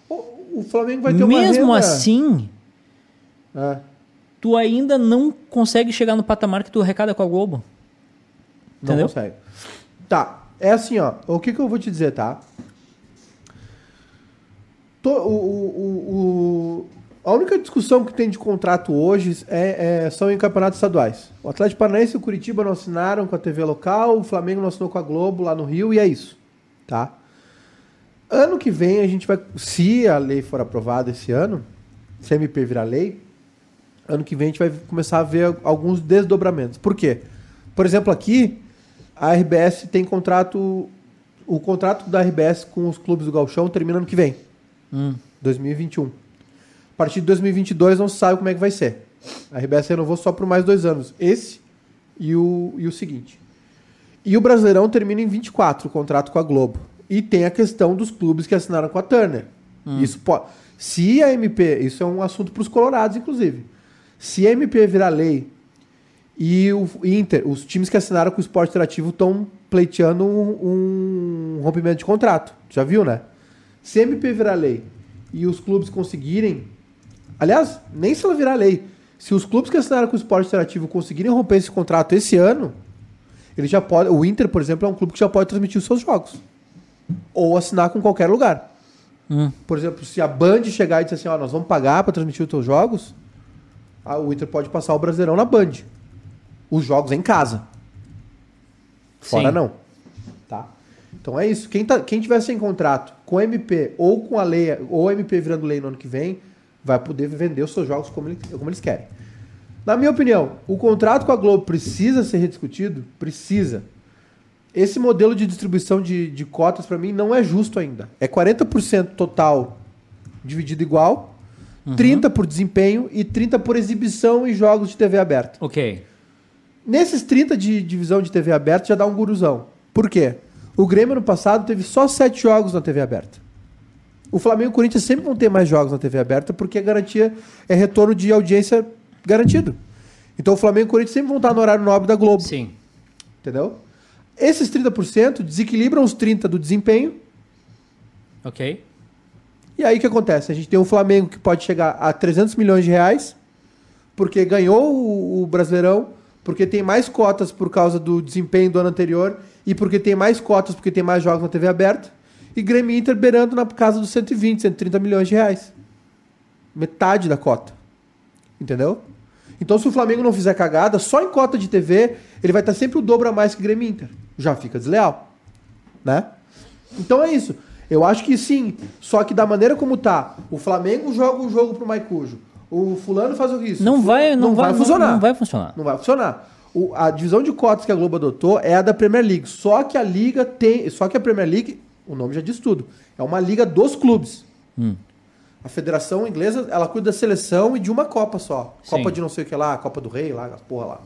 Speaker 2: O, o Flamengo vai ter uma
Speaker 1: Mesmo
Speaker 2: renda-
Speaker 1: assim,
Speaker 2: É.
Speaker 1: tu ainda não consegue chegar no patamar que tu arrecada com a Globo.
Speaker 2: Não
Speaker 1: Entendeu?
Speaker 2: consegue. Tá, é assim, ó. O que, que eu vou te dizer, tá? To- o, o- o- o- a única discussão que tem de contrato hoje é, é- são em campeonatos estaduais. O Atlético Paranaense e o Curitiba não assinaram com a TV local, o Flamengo não assinou com a Globo lá no Rio, e é isso, tá? Ano que vem a gente vai, se a lei for aprovada esse ano, se a MP virar lei, ano que vem a gente vai começar a ver alguns desdobramentos. Por quê? Por exemplo, aqui, a RBS tem contrato. O contrato da RBS com os clubes do Galchão termina ano que vem,
Speaker 1: Hum.
Speaker 2: 2021. A partir de 2022 não se sabe como é que vai ser. A RBS renovou só por mais dois anos. Esse e o, e o seguinte. E o Brasileirão termina em 24, o contrato com a Globo. E tem a questão dos clubes que assinaram com a Turner. Isso pode. Se a MP, isso é um assunto para os colorados, inclusive. Se a MP virar lei e o Inter, os times que assinaram com o esporte interativo estão pleiteando um, um rompimento de contrato. Já viu, né? Se a MP virar lei e os clubes conseguirem. Aliás, nem se ela virar lei. Se os clubes que assinaram com o esporte interativo conseguirem romper esse contrato esse ano, ele já pode. O Inter, por exemplo, é um clube que já pode transmitir os seus jogos. Ou assinar com qualquer lugar.
Speaker 1: Hum.
Speaker 2: Por exemplo, se a Band chegar e disser assim, ó, nós vamos pagar para transmitir os teus jogos, a- o Inter pode passar o Brasileirão na Band. Os jogos em casa. Fora
Speaker 1: Sim.
Speaker 2: não. Tá? Então é isso. Quem, tá, quem tiver sem contrato com a MP ou com a lei, ou a MP virando lei no ano que vem, vai poder vender os seus jogos como, ele- como eles querem. Na minha opinião, o contrato com a Globo precisa ser rediscutido? Precisa. Esse modelo de distribuição de, de cotas, para mim, não é justo ainda. É 40% total dividido igual, 30% por desempenho e 30% por exibição e jogos de TV aberta.
Speaker 1: Ok.
Speaker 2: Nesses 30 de divisão de TV aberta já dá um guruzão. Por quê? O Grêmio no passado teve só 7 jogos na TV aberta. O Flamengo e o Corinthians sempre vão ter mais jogos na TV aberta porque a garantia é retorno de audiência garantido. Então o Flamengo e o Corinthians sempre vão estar no horário nobre da Globo.
Speaker 1: Sim.
Speaker 2: Entendeu? Esses 30% desequilibram os 30% do desempenho
Speaker 1: Ok.
Speaker 2: e aí o que acontece? A gente tem um Flamengo que pode chegar a 300 milhões de reais, porque ganhou o, o Brasileirão, porque tem mais cotas por causa do desempenho do ano anterior, e porque tem mais cotas porque tem mais jogos na TV aberta, e Grêmio e Inter beirando na casa dos 120, 130 milhões de reais. Metade da cota. Entendeu? Então se o Flamengo não fizer cagada, só em cota de TV, ele vai estar sempre o dobro a mais que Grêmio e Inter. Já fica desleal né? Então é isso. Eu acho que sim, só que da maneira como tá, o Flamengo joga um jogo pro Maicujo, o fulano faz o isso.
Speaker 1: Não
Speaker 2: o
Speaker 1: vai,
Speaker 2: fulano-
Speaker 1: não, vai,
Speaker 2: funcionar.
Speaker 1: Não, vai funcionar.
Speaker 2: Não vai funcionar. O- a divisão de cotas que a Globo adotou é a da Premier League. Só que a liga tem, só que a Premier League, o nome já diz tudo, é uma liga dos clubes.
Speaker 1: Hum.
Speaker 2: A Federação Inglesa, ela cuida da seleção e de uma Copa só. Copa
Speaker 1: Sim.
Speaker 2: de não sei o que lá, Copa do Rei lá, as porra lá.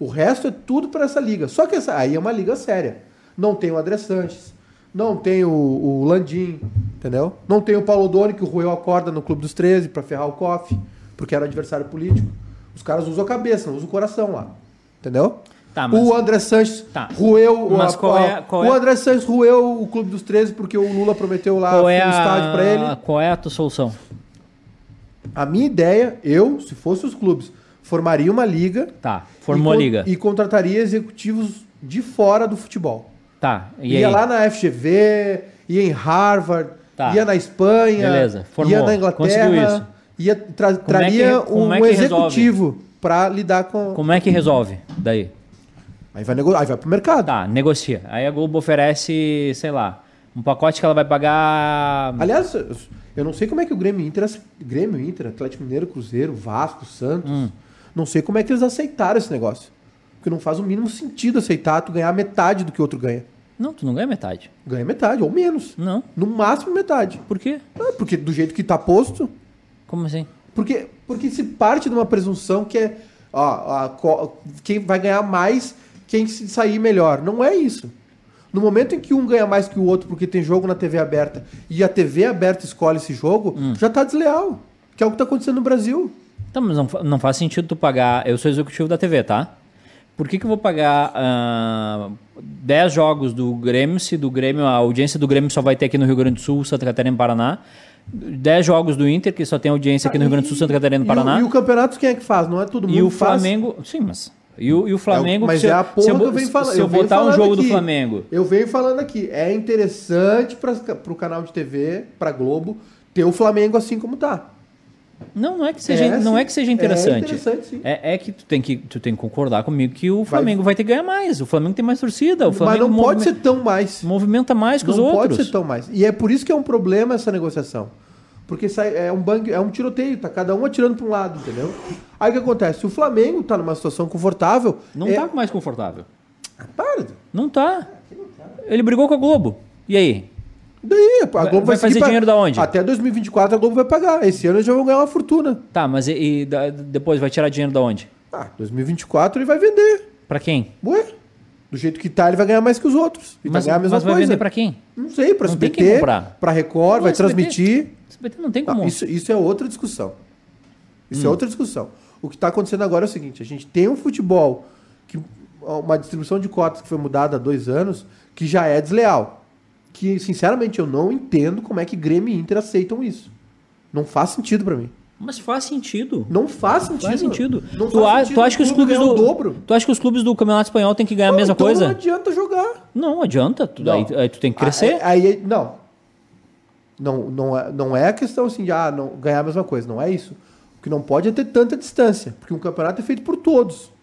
Speaker 2: O resto é tudo para essa liga. Só que essa, aí é uma liga séria. Não tem o André Sanches, não tem o, o Landim, entendeu? Não tem o Paulo Doni, que o Ruel acorda no Clube dos 13 para ferrar o COF, porque era adversário político. Os caras usam a cabeça, não usam o coração lá. Entendeu?
Speaker 1: Tá, mas-
Speaker 2: O André Sanches
Speaker 1: Tá.
Speaker 2: roeu
Speaker 1: Mas
Speaker 2: a-
Speaker 1: qual é-
Speaker 2: a-
Speaker 1: qual
Speaker 2: o
Speaker 1: é-
Speaker 2: André Sanches roeu o Clube dos 13 porque o Lula prometeu lá
Speaker 1: Qual é,
Speaker 2: um estádio para ele.
Speaker 1: a, qual é a tua solução?
Speaker 2: A minha ideia, eu, se fosse os clubes, formaria uma liga.
Speaker 1: Tá, formou a
Speaker 2: e con-
Speaker 1: liga.
Speaker 2: E contrataria executivos de fora do futebol.
Speaker 1: Tá, e
Speaker 2: ia
Speaker 1: aí?
Speaker 2: lá na FGV, ia em Harvard,
Speaker 1: Tá.
Speaker 2: ia na Espanha,
Speaker 1: Beleza, formou.
Speaker 2: ia na
Speaker 1: Conseguiu
Speaker 2: Inglaterra,
Speaker 1: isso.
Speaker 2: ia tra-
Speaker 1: é que-
Speaker 2: traria
Speaker 1: como
Speaker 2: um
Speaker 1: é que resolve?
Speaker 2: executivo para lidar com.
Speaker 1: Como é que resolve? Daí.
Speaker 2: Aí, vai nego... Aí vai pro mercado.
Speaker 1: Tá, negocia. Aí a Globo oferece, sei lá, um pacote que ela vai pagar.
Speaker 2: Aliás, eu não sei como é que o Grêmio Inter, Grêmio Inter, Atlético Mineiro, Cruzeiro, Vasco, Santos, não sei como é que eles aceitaram esse negócio. Porque não faz o mínimo sentido aceitar tu ganhar metade do que o outro ganha.
Speaker 1: Não, tu não ganha metade.
Speaker 2: Ganha metade, ou menos.
Speaker 1: Não.
Speaker 2: No máximo metade.
Speaker 1: Por quê?
Speaker 2: Ah, porque do jeito que tá posto,
Speaker 1: Como assim?
Speaker 2: porque, porque se parte de uma presunção que é ó, a co- quem vai ganhar mais, quem se sair melhor. Não é isso. No momento em que um ganha mais que o outro porque tem jogo na TV
Speaker 1: Hum.
Speaker 2: aberta e a TV aberta escolhe esse jogo, já tá desleal. Que é o que tá acontecendo no Brasil.
Speaker 1: Tá, mas não, fa- não faz sentido tu pagar. Eu sou executivo da TV, tá? Por que, que eu vou pagar ah, 10 jogos do Grêmio se do Grêmio, a audiência do Grêmio só vai ter aqui no Rio Grande do Sul, Santa Catarina e Paraná? 10 jogos do Inter, que só tem audiência aqui no Rio Grande do Sul, Santa Catarina e
Speaker 2: E o-
Speaker 1: Paraná.
Speaker 2: E, o campeonato quem é que faz? Não é todo mundo
Speaker 1: E o
Speaker 2: que faz.
Speaker 1: Flamengo. Sim, mas. E o, e o Flamengo.
Speaker 2: mas
Speaker 1: se
Speaker 2: é
Speaker 1: eu-
Speaker 2: a porra
Speaker 1: se eu,
Speaker 2: que
Speaker 1: bo-
Speaker 2: eu venho falando.
Speaker 1: Se eu
Speaker 2: venho
Speaker 1: botar um
Speaker 2: falando
Speaker 1: jogo do
Speaker 2: aqui.
Speaker 1: Flamengo.
Speaker 2: Eu venho falando aqui. É interessante para o canal de TV, para Globo, ter o Flamengo assim como tá.
Speaker 1: Não, não é que seja,
Speaker 2: É,
Speaker 1: não
Speaker 2: sim.
Speaker 1: é que seja interessante.
Speaker 2: É interessante, sim.
Speaker 1: É, é que tu tem que tu tem que concordar comigo que o Flamengo vai, ter que ganhar mais. O Flamengo tem mais torcida. O
Speaker 2: Mas
Speaker 1: Flamengo
Speaker 2: não pode
Speaker 1: movime-
Speaker 2: ser tão mais.
Speaker 1: movimenta mais que os
Speaker 2: não
Speaker 1: outros.
Speaker 2: pode ser tão mais. E é por isso que é um problema essa negociação. Porque sai- é um bang, é um tiroteio, tá cada um atirando para um lado, entendeu? Aí o que acontece? O Flamengo tá numa situação confortável.
Speaker 1: Não
Speaker 2: é... Ah,
Speaker 1: tá mais confortável.
Speaker 2: Para.
Speaker 1: Não tá. Ele brigou com a Globo. E aí?
Speaker 2: Daí, a Globo vai,
Speaker 1: vai fazer
Speaker 2: seguir pra-
Speaker 1: dinheiro da onde?
Speaker 2: Até 2024 a Globo vai pagar. Esse ano eles já vão ganhar uma fortuna.
Speaker 1: Tá, mas e, e da- depois vai tirar dinheiro da onde?
Speaker 2: Ah, 2024 ele vai vender.
Speaker 1: Pra quem?
Speaker 2: Ué? Do jeito que tá, ele vai ganhar mais que os outros. E
Speaker 1: mas
Speaker 2: vai ganhar a mesma
Speaker 1: mas vai
Speaker 2: coisa.
Speaker 1: vender pra quem?
Speaker 2: Não sei, pra
Speaker 1: Não tem
Speaker 2: SBT,
Speaker 1: quem comprar.
Speaker 2: pra Record,
Speaker 1: Não,
Speaker 2: vai
Speaker 1: SBT.
Speaker 2: transmitir.
Speaker 1: SBT não tem
Speaker 2: Tá,
Speaker 1: como.
Speaker 2: isso, isso é outra discussão.
Speaker 1: Hum.
Speaker 2: Isso é outra discussão. O que está acontecendo agora é o seguinte: a gente tem um futebol, que, uma distribuição de cotas que foi mudada há dois anos, que já é desleal. Que, sinceramente, eu não entendo como é que Grêmio e Inter aceitam isso. Não faz sentido pra mim.
Speaker 1: Mas faz sentido.
Speaker 2: Não faz sentido.
Speaker 1: Faz sentido.
Speaker 2: Não
Speaker 1: tu,
Speaker 2: faz
Speaker 1: a-
Speaker 2: sentido.
Speaker 1: tu acha que os
Speaker 2: O clube
Speaker 1: clubes
Speaker 2: ganha
Speaker 1: do
Speaker 2: o dobro.
Speaker 1: Tu acha que os clubes do Campeonato Espanhol têm que ganhar a
Speaker 2: Não,
Speaker 1: mesma
Speaker 2: então é-
Speaker 1: coisa?
Speaker 2: Não adianta jogar.
Speaker 1: Não adianta. Tu, Aí, aí tu tem que crescer.
Speaker 2: Ah, é, Aí, aí- não. Não, não, é, não é a questão assim de ah, não, ganhar a mesma coisa. Não é isso. O que não pode é ter tanta distância. Porque um campeonato é feito por todos. é.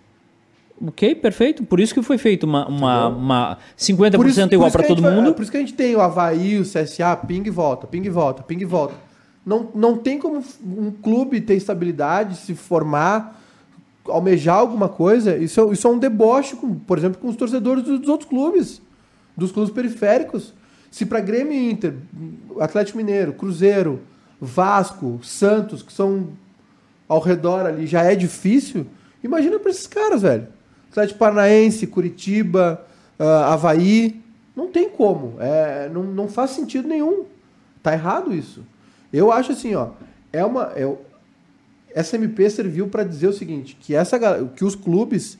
Speaker 1: Ok, perfeito. Por isso que foi feito uma, uma, uma 50%
Speaker 2: Por isso- por
Speaker 1: igual
Speaker 2: isso
Speaker 1: para
Speaker 2: que a
Speaker 1: todo
Speaker 2: gente vai- é
Speaker 1: mundo.
Speaker 2: Por isso que a gente tem o Havaí, o CSA, ping e volta, ping e volta, ping e volta. Não, não tem como um clube ter estabilidade, se formar, almejar alguma coisa. Isso é, isso é um deboche, com, por exemplo, com os torcedores dos, dos outros clubes, dos clubes periféricos. Se para Grêmio e Inter, Atlético Mineiro, Cruzeiro, Vasco, Santos, que são ao redor ali já é difícil, imagina pra esses caras, velho. Atlético Paranaense, Curitiba, ah, Havaí. Não tem como. É, não, não faz sentido nenhum. Tá errado isso. Eu acho assim, ó. É uma. É, o- essa MP serviu pra dizer o seguinte: que, essa, gal- que os clubes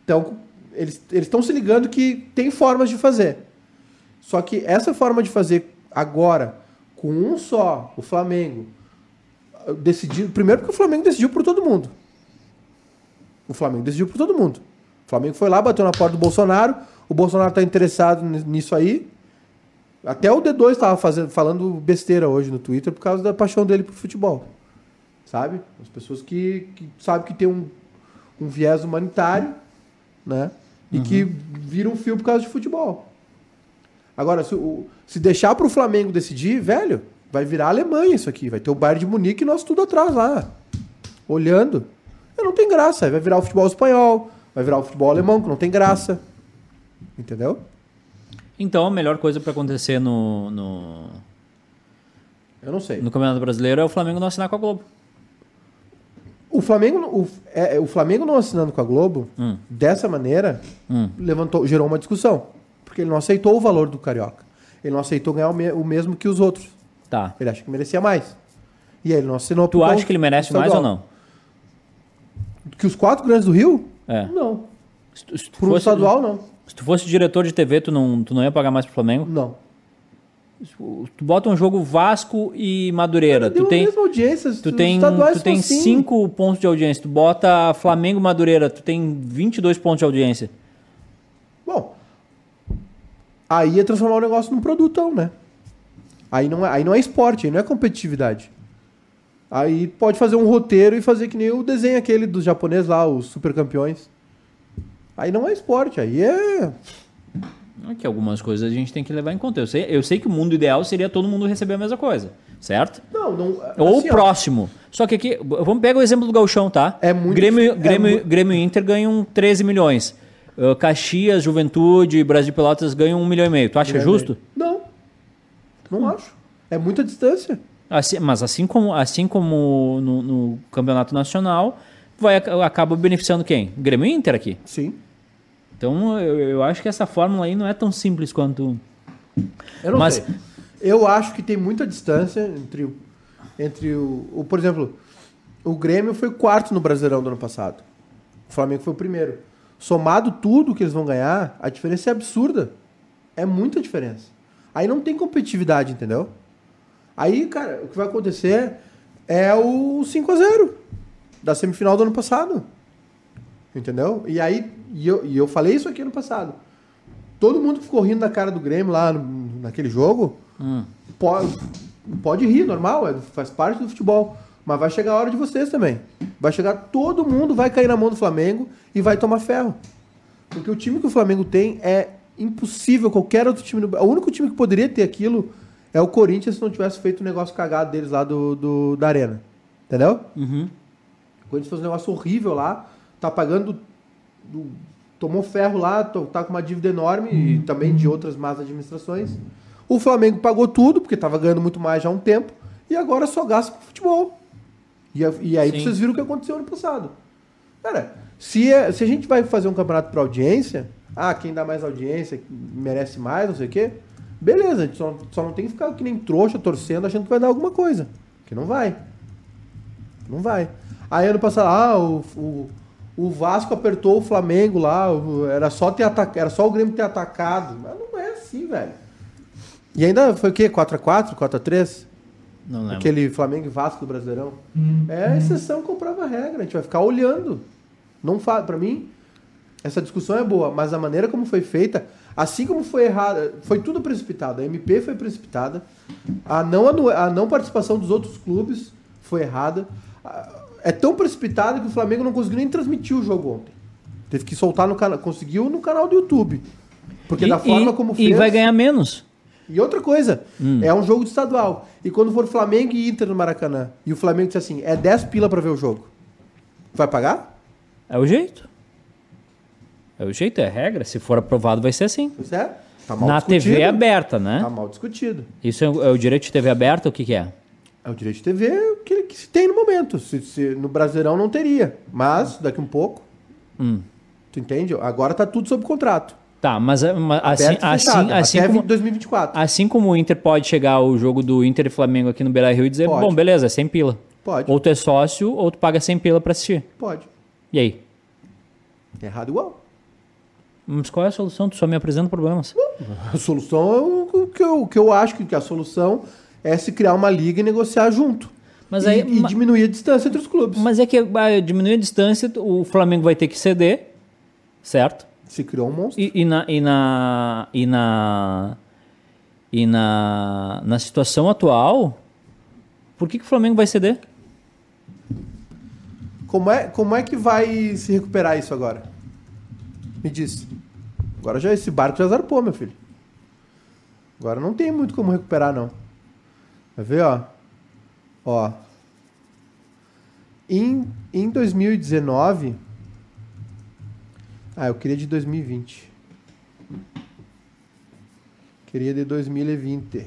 Speaker 2: estão. Eles estão se ligando que tem formas de fazer. Só que essa forma de fazer agora, com um só, o Flamengo, decidido. Primeiro porque o Flamengo decidiu por todo mundo. O Flamengo decidiu por todo mundo. O Flamengo foi lá, bateu na porta do Bolsonaro. O Bolsonaro está interessado ni- nisso aí. Até o D2 estava fazendo, falando besteira hoje no Twitter por causa da paixão dele pro futebol. Sabe? As pessoas que, que sabem que tem um, um viés humanitário, né? E que viram um fio por causa de futebol. Agora, se, o- se deixar pro Flamengo decidir, velho, vai virar Alemanha isso aqui. Vai ter o Bayern de Munique e nós tudo atrás lá. Olhando. É, não tem graça. aí Vai virar o futebol espanhol, vai virar o futebol alemão, que não tem graça. Entendeu?
Speaker 1: Então a melhor coisa para acontecer no, no,
Speaker 2: Eu não sei.
Speaker 1: no Campeonato Brasileiro é o Flamengo não assinar com a Globo.
Speaker 2: O Flamengo, não- o, é, é, o Flamengo não assinando com a Globo,
Speaker 1: Hum.
Speaker 2: dessa maneira,
Speaker 1: Hum.
Speaker 2: levantou, gerou uma discussão. Porque ele não aceitou o valor do Carioca. Ele não aceitou ganhar o, me- o mesmo que os outros.
Speaker 1: Tá.
Speaker 2: Ele acha que merecia mais. E aí ele não assinou
Speaker 1: Tu acha que ele merece mais ou não?
Speaker 2: Que os quatro grandes do Rio?
Speaker 1: É.
Speaker 2: Não.
Speaker 1: Se tu, se tu
Speaker 2: Pro
Speaker 1: fosse,
Speaker 2: estadual, não.
Speaker 1: se tu fosse diretor de TV, tu não, tu não ia pagar mais pro Flamengo?
Speaker 2: Não.
Speaker 1: Tu bota um jogo Vasco e Madureira. É, Tu
Speaker 2: Deu um
Speaker 1: tem,
Speaker 2: a mesma audiência.
Speaker 1: tu
Speaker 2: os
Speaker 1: tem,
Speaker 2: estaduais
Speaker 1: tu
Speaker 2: são
Speaker 1: tem
Speaker 2: assim.
Speaker 1: cinco pontos de audiência. Tu bota Flamengo e Madureira, tu tem 22 pontos de audiência.
Speaker 2: Bom, aí é transformar o negócio num produtão, né? Aí não é, aí não é esporte, aí não é competitividade. Aí pode fazer um roteiro e fazer que nem o desenho aquele dos japoneses lá, os super campeões. Aí não é esporte, aí é...
Speaker 1: É que algumas coisas a gente tem que levar em conta. Eu sei, eu sei que o mundo ideal seria todo mundo receber a mesma coisa, certo?
Speaker 2: Não, não...
Speaker 1: Ou
Speaker 2: assim, ó,
Speaker 1: próximo. Só que aqui, vamos pegar o exemplo do Gauchão, tá?
Speaker 2: É muito
Speaker 1: Grêmio,
Speaker 2: difícil.
Speaker 1: Grêmio,
Speaker 2: É mu-
Speaker 1: Grêmio e Inter ganham 13 milhões. Uh, Caxias, Juventude, Brasil de Pelotas ganham 1 milhão e meio. Tu
Speaker 2: é
Speaker 1: acha justo?
Speaker 2: Não. Não acho. É muita distância.
Speaker 1: Assim- mas assim como, assim como no, no Campeonato Nacional, vai, ac- acaba beneficiando quem? Grêmio e Inter aqui.
Speaker 2: Sim.
Speaker 1: Então eu, eu acho que essa fórmula aí não é tão simples quanto. um.
Speaker 2: Eu não
Speaker 1: Mas-
Speaker 2: sei. Eu acho que tem muita distância entre o, entre o, o- por exemplo, O Grêmio foi quarto no Brasileirão do ano passado. O Flamengo foi o primeiro. Somado tudo que eles vão ganhar, a diferença é absurda. É muita diferença. Aí não tem competitividade, entendeu? Aí, cara, o que vai acontecer é o 5 a 0 da semifinal do ano passado. Entendeu? E aí, e eu, e eu falei isso aqui ano passado. Todo mundo que ficou rindo da cara do Grêmio lá no- naquele jogo, pode, pode rir, normal, é, faz parte do futebol. Mas vai chegar a hora de vocês também. Vai chegar, todo mundo vai cair na mão do Flamengo e vai tomar ferro. Porque o time que o Flamengo tem é impossível qualquer outro time. Do... O único time que poderia ter aquilo é o Corinthians se não tivesse feito o negócio cagado deles lá do, do- da Arena. Entendeu?
Speaker 1: Uhum.
Speaker 2: O Corinthians fez um negócio horrível lá, tá pagando. do- tomou ferro lá, to- tá com uma dívida enorme e também de outras más administrações. O Flamengo pagou tudo, porque tava ganhando muito mais já há um tempo, e agora só gasta com futebol. E, a- e aí
Speaker 1: Sim.
Speaker 2: vocês viram o que aconteceu ano passado. Cara, se, é- se a gente vai fazer um campeonato pra audiência, ah, quem dá mais audiência merece mais, não sei o quê, beleza, a gente só, só não tem que ficar que nem trouxa torcendo achando que vai dar alguma coisa, que não vai. Não vai. Aí ano passado, ah, o, o, o Vasco apertou o Flamengo lá, o- era só, ter ataca, era só o Grêmio ter atacado. Mas não é assim, velho. E ainda foi o quê? 4x4? 4x3?
Speaker 1: Não lembro.
Speaker 2: Aquele Flamengo e Vasco do Brasileirão. É a exceção que comprava a regra, a gente vai ficar olhando. Não fa... Pra mim, essa discussão é boa, mas a maneira como foi feita, assim como foi errada, foi tudo precipitado. A MP foi precipitada, a não, anu- a não participação dos outros clubes foi errada. A- É tão precipitada que o Flamengo não conseguiu nem transmitir o jogo ontem. Teve que soltar no canal, conseguiu no canal do YouTube. Porque
Speaker 1: E-
Speaker 2: da forma
Speaker 1: e,
Speaker 2: como
Speaker 1: E vai ganhar menos.
Speaker 2: e outra coisa,
Speaker 1: Hum.
Speaker 2: é um jogo de estadual. E quando for Flamengo e Inter no Maracanã, e o Flamengo disser assim, é 10 pila pra ver o jogo. Vai pagar?
Speaker 1: É o jeito. É o jeito, é regra. Se for aprovado, vai ser assim.
Speaker 2: Pois é. Tá
Speaker 1: Na TV
Speaker 2: aberta.
Speaker 1: aberta, né?
Speaker 2: Tá mal discutido.
Speaker 1: Isso é, o- é o direito de TV aberta? O que, que é?
Speaker 2: É o direito de TV que, que se tem no momento. Se, se- no Brasileirão não teria. Mas, daqui um pouco,
Speaker 1: Hum.
Speaker 2: tu entende? Agora tá tudo sob contrato.
Speaker 1: Tá, mas, é, mas assim,
Speaker 2: Aberto e fechado,
Speaker 1: assim, assim,
Speaker 2: até
Speaker 1: como,
Speaker 2: 2024.
Speaker 1: assim como o Inter pode chegar o jogo do Inter e Flamengo aqui no Beira Rio e dizer,
Speaker 2: Pode.
Speaker 1: bom, beleza, é 100 pila.
Speaker 2: Pode,
Speaker 1: Ou tu é sócio, ou tu paga 100 pila pra assistir.
Speaker 2: pode. É
Speaker 1: E aí?
Speaker 2: Errado igual.
Speaker 1: Mas qual é a solução? Tu só me apresenta problemas.
Speaker 2: A solução é o o que eu, o que eu acho que- que a solução é se criar uma liga e negociar junto.
Speaker 1: Mas
Speaker 2: E-
Speaker 1: aí-
Speaker 2: e,
Speaker 1: ma-
Speaker 2: diminuir a distância entre os clubes.
Speaker 1: Mas é que ah, diminui a distância, o Flamengo vai ter que ceder, certo?
Speaker 2: Se criou um monstro.
Speaker 1: E, e na e na e na e na, na situação atual, por que, que o Flamengo vai ceder?
Speaker 2: Como, é, como é que vai se recuperar isso agora? Me diz. Agora já esse barco já zarpou, meu filho. Agora não tem muito como recuperar, não. Vai ver, ó. Ó. Em, em 2019. Ah, eu queria de 2020. Queria de 2020.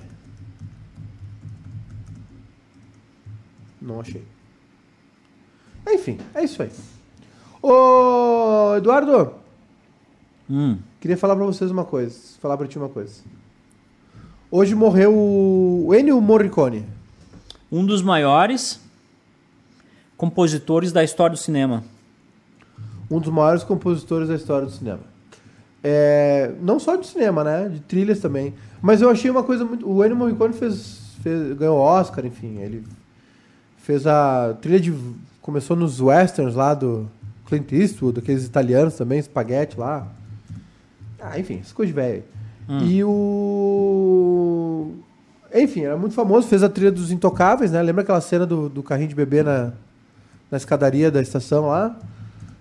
Speaker 2: Não achei. Enfim, é isso aí. Ô, Eduardo,
Speaker 1: Hum,
Speaker 2: queria falar pra vocês uma coisa. Falar pra ti uma coisa. Hoje morreu o Ennio Morricone.
Speaker 1: um dos maiores compositores da história do cinema.
Speaker 2: um dos maiores compositores da história do cinema. É, não só de cinema, né? De trilhas também. Mas eu achei uma coisa muito. O Ennio Morricone fez, fez- ganhou Oscar, enfim. Ele fez a trilha de. Começou nos westerns lá do Clint Eastwood, aqueles italianos também, espaguete lá. Ah, enfim, essas coisas de velho. E o. Enfim, era muito famoso, fez a trilha dos Intocáveis, né? Lembra aquela cena do, do carrinho de bebê na, na escadaria da estação lá?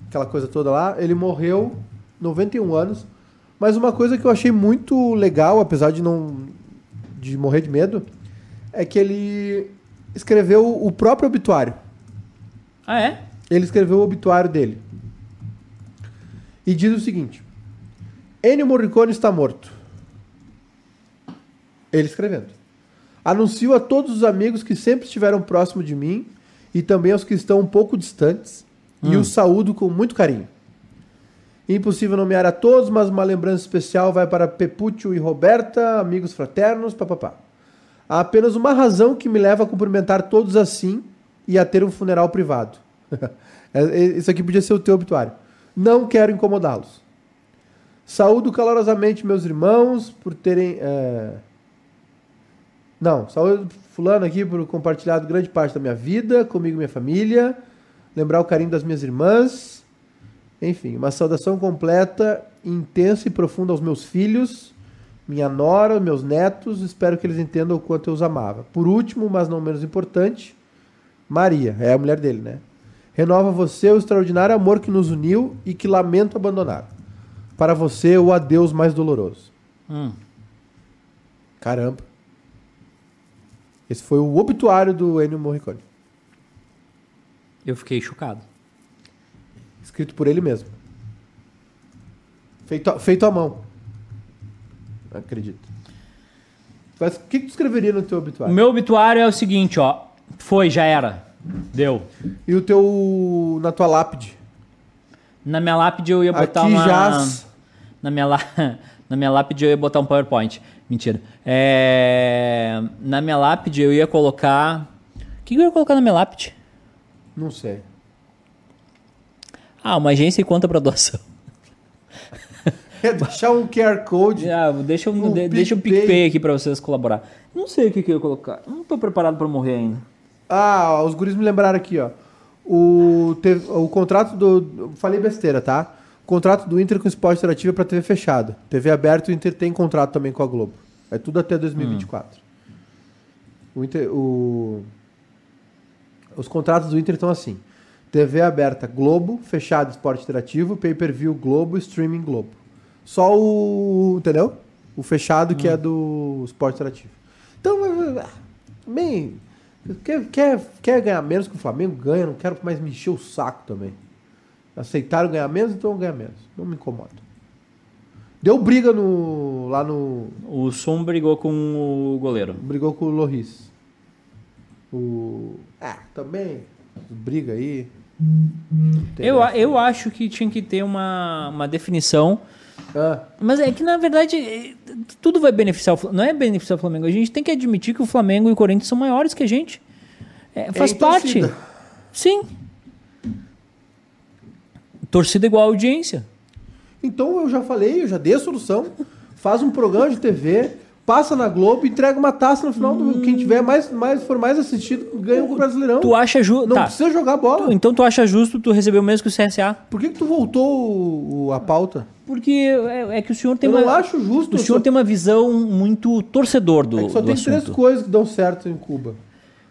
Speaker 2: aquela coisa toda lá. Ele morreu 91 anos. Mas uma coisa que eu achei muito legal, apesar de não de morrer de medo, é que ele escreveu o próprio obituário.
Speaker 1: Ah é?
Speaker 2: Ele escreveu o obituário dele. E diz o seguinte: Ennio Morricone está morto. Ele escrevendo. Anuncio a todos os amigos que sempre estiveram próximo de mim e também aos que estão um pouco distantes e os saúdo com muito carinho. Impossível nomear a todos, mas uma lembrança especial vai para Pepúcio e Roberta, amigos fraternos, papapá. Há apenas uma razão que me leva a cumprimentar todos assim e a ter um funeral privado. É, é, Isso aqui podia ser o teu obituário. Não quero incomodá-los. Saúdo calorosamente meus irmãos por terem. é, Não, saúdo fulano aqui por compartilhar grande parte da minha vida, comigo e minha família. Lembrar o carinho das minhas irmãs. Enfim, uma saudação completa, intensa e profunda aos meus filhos, minha nora, meus netos. Espero que eles entendam o quanto eu os amava. Por último, mas não menos importante, Maria, é a mulher dele, né? Renova você o extraordinário amor que nos uniu e que lamento abandonar. Para você, o adeus mais doloroso.
Speaker 1: Hum.
Speaker 2: Caramba. Esse foi o obituário do Ennio Morricone.
Speaker 1: Eu fiquei chocado.
Speaker 2: Escrito por ele mesmo. Feito, a- feito à mão. Acredito. Mas o que, que tu escreveria no teu
Speaker 1: O
Speaker 2: obituário?
Speaker 1: meu obituário é o seguinte, ó. Foi, já era. Deu.
Speaker 2: E o teu. na tua lápide?
Speaker 1: Na minha lápide eu ia botar
Speaker 2: Aqui
Speaker 1: uma.
Speaker 2: jaz-
Speaker 1: Na minha, lá... na minha lápide eu ia botar um PowerPoint. Mentira. É... Na minha lápide eu ia colocar. O que que eu ia colocar na minha lápide?
Speaker 2: Não sei.
Speaker 1: Ah, uma agência e conta pra doação.
Speaker 2: É deixar um QR Code.
Speaker 1: Ah, deixa, eu,
Speaker 2: O
Speaker 1: de- deixa o
Speaker 2: Um PicPay.
Speaker 1: PicPay aqui pra vocês colaborar. Não sei o que, que eu ia colocar. Não tô preparado pra morrer ainda.
Speaker 2: Ah, ó, os guris me lembraram aqui, ó. O, teve- o contrato do. Falei besteira, tá? O contrato do Inter com o esporte interativo é pra TV fechada. TV aberta, o Inter tem contrato também com a Globo. É tudo até 2024. O Inter, o- Os contratos do Inter estão assim: TV aberta Globo, fechado esporte interativo, pay per view Globo, streaming Globo. Só o. Entendeu? O fechado que é do esporte interativo. Então, eh, ah, bem. Quer, quer, quer ganhar menos que o Flamengo? Ganha, não quero mais me encher o saco também. Aceitaram ganhar menos, então eu ganho menos. Não me incomoda. Deu briga no, lá no,
Speaker 1: O Som brigou com o goleiro.
Speaker 2: Brigou com o Loris. O. Ah, também. Briga aí.
Speaker 1: Eu, a- eu acho que tinha que ter uma, uma definição.
Speaker 2: Ah,
Speaker 1: Mas é que, na verdade, eh, tudo vai beneficiar o Flamengo. Não é beneficiar o Flamengo. A gente tem que admitir que o Flamengo e o Corinthians são maiores que a gente. É, faz
Speaker 2: em
Speaker 1: parte.
Speaker 2: torcida.
Speaker 1: Sim. Torcida igual audiência.
Speaker 2: então eu já falei, eu já dei a solução. Faz um programa de TV, passa na Globo, entrega uma taça no final. Do, quem tiver mais, mais, for mais assistido, ganha o Brasileirão.
Speaker 1: Hum. Tu acha justo.
Speaker 2: Então,
Speaker 1: Tá.
Speaker 2: Não precisa jogar bola.
Speaker 1: Tu- Então tu acha justo tu receber o mesmo que o CSA?
Speaker 2: Por que, que tu voltou o- o- a pauta?
Speaker 1: Porque é, é que o senhor tem
Speaker 2: eu
Speaker 1: uma.
Speaker 2: não acho
Speaker 1: O
Speaker 2: justo. eu
Speaker 1: senhor
Speaker 2: só-
Speaker 1: tem uma visão muito torcedor do,
Speaker 2: é que só
Speaker 1: do
Speaker 2: tem
Speaker 1: assunto.
Speaker 2: três coisas que dão certo em Cuba.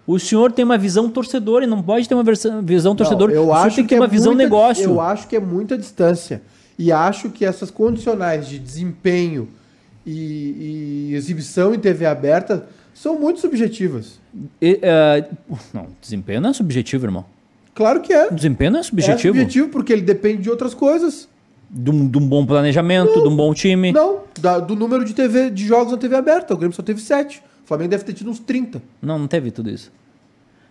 Speaker 1: O senhor tem uma visão torcedor e não pode ter uma versão- visão torcedor.
Speaker 2: Não, eu
Speaker 1: o senhor tem
Speaker 2: acho
Speaker 1: que
Speaker 2: que
Speaker 1: ter uma
Speaker 2: é
Speaker 1: visão
Speaker 2: muita-
Speaker 1: negócio.
Speaker 2: Eu acho que é muita distância. E acho que essas condicionais de desempenho e, e exibição em TV aberta são muito subjetivas.
Speaker 1: E, é, não, desempenho não é subjetivo, irmão.
Speaker 2: Claro que é.
Speaker 1: Desempenho não é subjetivo.
Speaker 2: É subjetivo porque ele depende de outras coisas.
Speaker 1: De, um, de um bom planejamento, de um bom time. Não,
Speaker 2: Não, da- do número de, TV, de jogos na TV aberta. O Grêmio só teve 7. O Flamengo deve ter tido uns 30.
Speaker 1: não, teve tudo isso.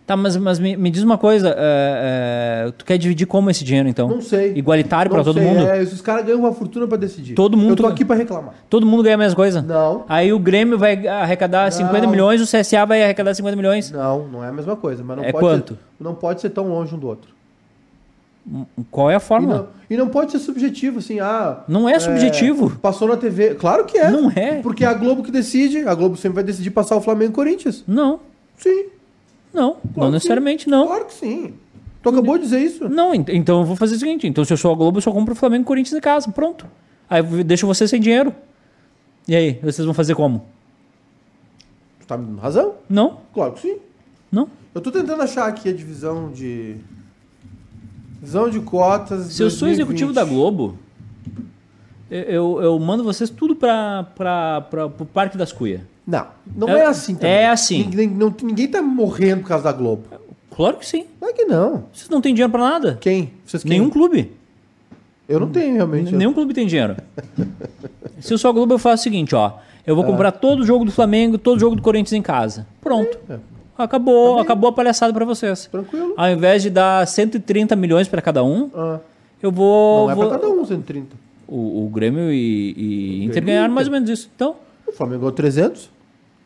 Speaker 1: Tá, mas, mas me, me diz uma coisa. é, é, tu quer dividir como esse dinheiro, então?
Speaker 2: Não sei.
Speaker 1: Igualitário
Speaker 2: Não
Speaker 1: pra todo
Speaker 2: sei,
Speaker 1: mundo?
Speaker 2: É, os caras ganham uma fortuna pra decidir.
Speaker 1: Todo mundo-
Speaker 2: Eu tô aqui pra reclamar.
Speaker 1: Todo mundo ganha a mesma coisa?
Speaker 2: Não.
Speaker 1: Aí o Grêmio vai arrecadar 50 milhões, o CSA vai arrecadar 50 milhões.
Speaker 2: Não, não é a mesma coisa. Mas não
Speaker 1: É
Speaker 2: pode
Speaker 1: quanto?
Speaker 2: Ser, não pode ser tão longe um do outro.
Speaker 1: Qual é a
Speaker 2: E
Speaker 1: fórmula?
Speaker 2: não, e não pode ser subjetivo, assim, ah.
Speaker 1: Não é subjetivo.
Speaker 2: Passou na TV. Claro que é.
Speaker 1: Não é.
Speaker 2: Porque é a Globo que decide. A Globo sempre vai decidir passar o Flamengo e o Corinthians.
Speaker 1: Não,
Speaker 2: Sim.
Speaker 1: não. não
Speaker 2: que
Speaker 1: necessariamente, não.
Speaker 2: Claro que sim. Tu acabou de dizer isso.
Speaker 1: Não, ent- então eu vou fazer o seguinte: então se eu sou a Globo, eu só compro o Flamengo e o Corinthians em casa. Pronto. Aí eu deixo você sem dinheiro. E aí, vocês vão fazer como?
Speaker 2: Tu tá me dando razão?
Speaker 1: Não?
Speaker 2: Claro que sim.
Speaker 1: Não?
Speaker 2: Eu tô tentando achar aqui a divisão de. Divisão de cotas.
Speaker 1: Se eu sou
Speaker 2: 2020.
Speaker 1: executivo da Globo, eu, eu, eu mando vocês tudo pra, pra, pra, pro Parque das Cuias.
Speaker 2: Não, não
Speaker 1: É-
Speaker 2: é, assim também.
Speaker 1: é assim.
Speaker 2: Ninguém, não- ninguém tá morrendo por causa da Globo.
Speaker 1: Claro que sim.
Speaker 2: Não é que não.
Speaker 1: Vocês não têm dinheiro pra nada.
Speaker 2: Quem? Vocês quem?
Speaker 1: Nenhum clube.
Speaker 2: Eu não tenho, realmente.
Speaker 1: Nenhum clube tem dinheiro. Se eu sou a Globo, eu faço o seguinte, ó. Eu
Speaker 2: Ah.
Speaker 1: vou comprar todo jogo do Flamengo, todo jogo do Corinthians em casa. Pronto.
Speaker 2: É,
Speaker 1: Acabou, acabou a palhaçada pra vocês.
Speaker 2: Tranquilo.
Speaker 1: Ao invés de dar 130 milhões pra cada um,
Speaker 2: Ah,
Speaker 1: eu vou.
Speaker 2: não é
Speaker 1: vou-
Speaker 2: pra cada um 130.
Speaker 1: o, o Grêmio e, e Inter
Speaker 2: Grêmio e
Speaker 1: ganharam
Speaker 2: Inter.
Speaker 1: mais ou menos isso. Então,
Speaker 2: O Flamengo ganhou 300.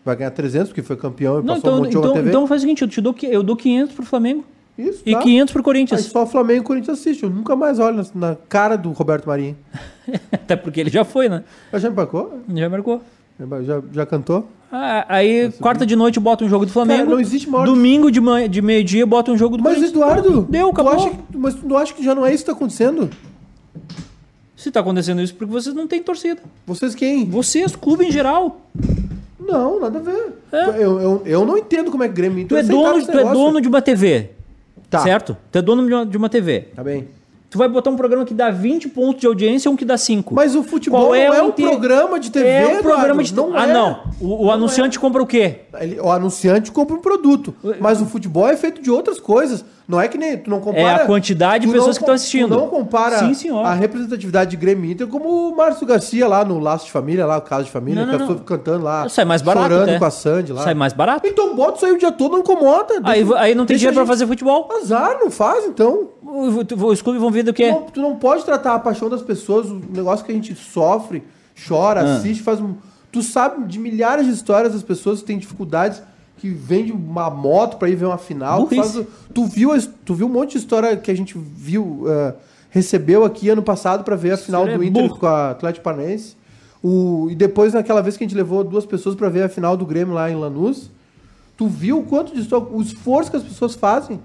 Speaker 2: Vai ganhar 300, porque foi campeão e
Speaker 1: não,
Speaker 2: passou um
Speaker 1: então,
Speaker 2: monte de jogo na
Speaker 1: então,
Speaker 2: TV.
Speaker 1: então faz o seguinte: eu, te dou, qui- eu dou 500 pro Flamengo.
Speaker 2: Isso,
Speaker 1: E
Speaker 2: tá.
Speaker 1: 500 pro
Speaker 2: Aí
Speaker 1: Corinthians.
Speaker 2: só Flamengo e Corinthians assiste. Eu nunca mais olho na- na cara do Roberto Marinho.
Speaker 1: Até porque ele já foi, né?
Speaker 2: Já empacou?
Speaker 1: Já marcou.
Speaker 2: Já, já cantou?
Speaker 1: Ah, aí, quarta de noite, bota um jogo do Flamengo.
Speaker 2: Tá não existe maior-
Speaker 1: Domingo de, manhã- de meio-dia, bota um jogo do
Speaker 2: Mas,
Speaker 1: Corinthians.
Speaker 2: Eduardo,
Speaker 1: Deu,
Speaker 2: tu
Speaker 1: acabou.
Speaker 2: acha que- mas tu não acha que já não é isso que tá acontecendo?
Speaker 1: Se tá acontecendo isso, porque vocês não têm torcida.
Speaker 2: Vocês quem?
Speaker 1: Vocês, clube em geral.
Speaker 2: Não, nada a ver.
Speaker 1: É.
Speaker 2: Eu, eu, eu não entendo como é que Grêmio.
Speaker 1: Tu é, dono, tu é dono de uma TV.
Speaker 2: Tá.
Speaker 1: Certo? Tu é dono de uma, de uma TV.
Speaker 2: Tá bem.
Speaker 1: Tu vai botar um programa que dá 20 pontos de audiência e um que dá 5.
Speaker 2: Mas o futebol
Speaker 1: Qual é
Speaker 2: não é
Speaker 1: o
Speaker 2: um
Speaker 1: inte-
Speaker 2: programa de TV,
Speaker 1: É um
Speaker 2: Eduardo,
Speaker 1: programa de...
Speaker 2: não
Speaker 1: ah,
Speaker 2: é.
Speaker 1: não. O, o anunciante compra o quê?
Speaker 2: Ele- o anunciante compra um produto, mas o futebol é feito de outras coisas. Não é que nem tu não compara.
Speaker 1: É a quantidade de
Speaker 2: tu não
Speaker 1: pessoas que
Speaker 2: com-
Speaker 1: estão assistindo.
Speaker 2: Tu não compara
Speaker 1: Sim, senhor.
Speaker 2: a representatividade de Grêmio e Inter como o Márcio Garcia lá no Laço de Família, lá o Caso de
Speaker 1: Não,
Speaker 2: Família,
Speaker 1: não,
Speaker 2: que as
Speaker 1: não.
Speaker 2: pessoas ficam cantando lá,
Speaker 1: Sai mais barato,
Speaker 2: Ah, chorando
Speaker 1: até.
Speaker 2: com a Sandy lá.
Speaker 1: Sai mais barato.
Speaker 2: Então bota isso aí o dia todo, não incomoda.
Speaker 1: Aí,
Speaker 2: deixa-
Speaker 1: aí não tem
Speaker 2: deixa
Speaker 1: dinheiro pra
Speaker 2: a
Speaker 1: fazer futebol.
Speaker 2: gente- Azar, não faz então.
Speaker 1: O- tu- Os clubes vão ver do
Speaker 2: Tu
Speaker 1: quê?
Speaker 2: não, tu não pode tratar a paixão das pessoas, o negócio que a gente sofre, chora,
Speaker 1: Ah.
Speaker 2: assiste, faz um. Tu sabe de milhares de histórias das pessoas que têm dificuldades, que vende uma moto pra ir ver uma final. que
Speaker 1: Burrice.
Speaker 2: faz- tu, viu, as- tu viu um monte de história que a gente viu, eh, recebeu aqui ano passado pra ver a final
Speaker 1: Isso é
Speaker 2: do Inter
Speaker 1: burro.
Speaker 2: com a Atlético Paranaense. O, e depois, naquela vez que a gente levou duas pessoas pra ver a final do Grêmio lá em Lanús, tu viu o quanto de histó- o esforço que as pessoas fazem?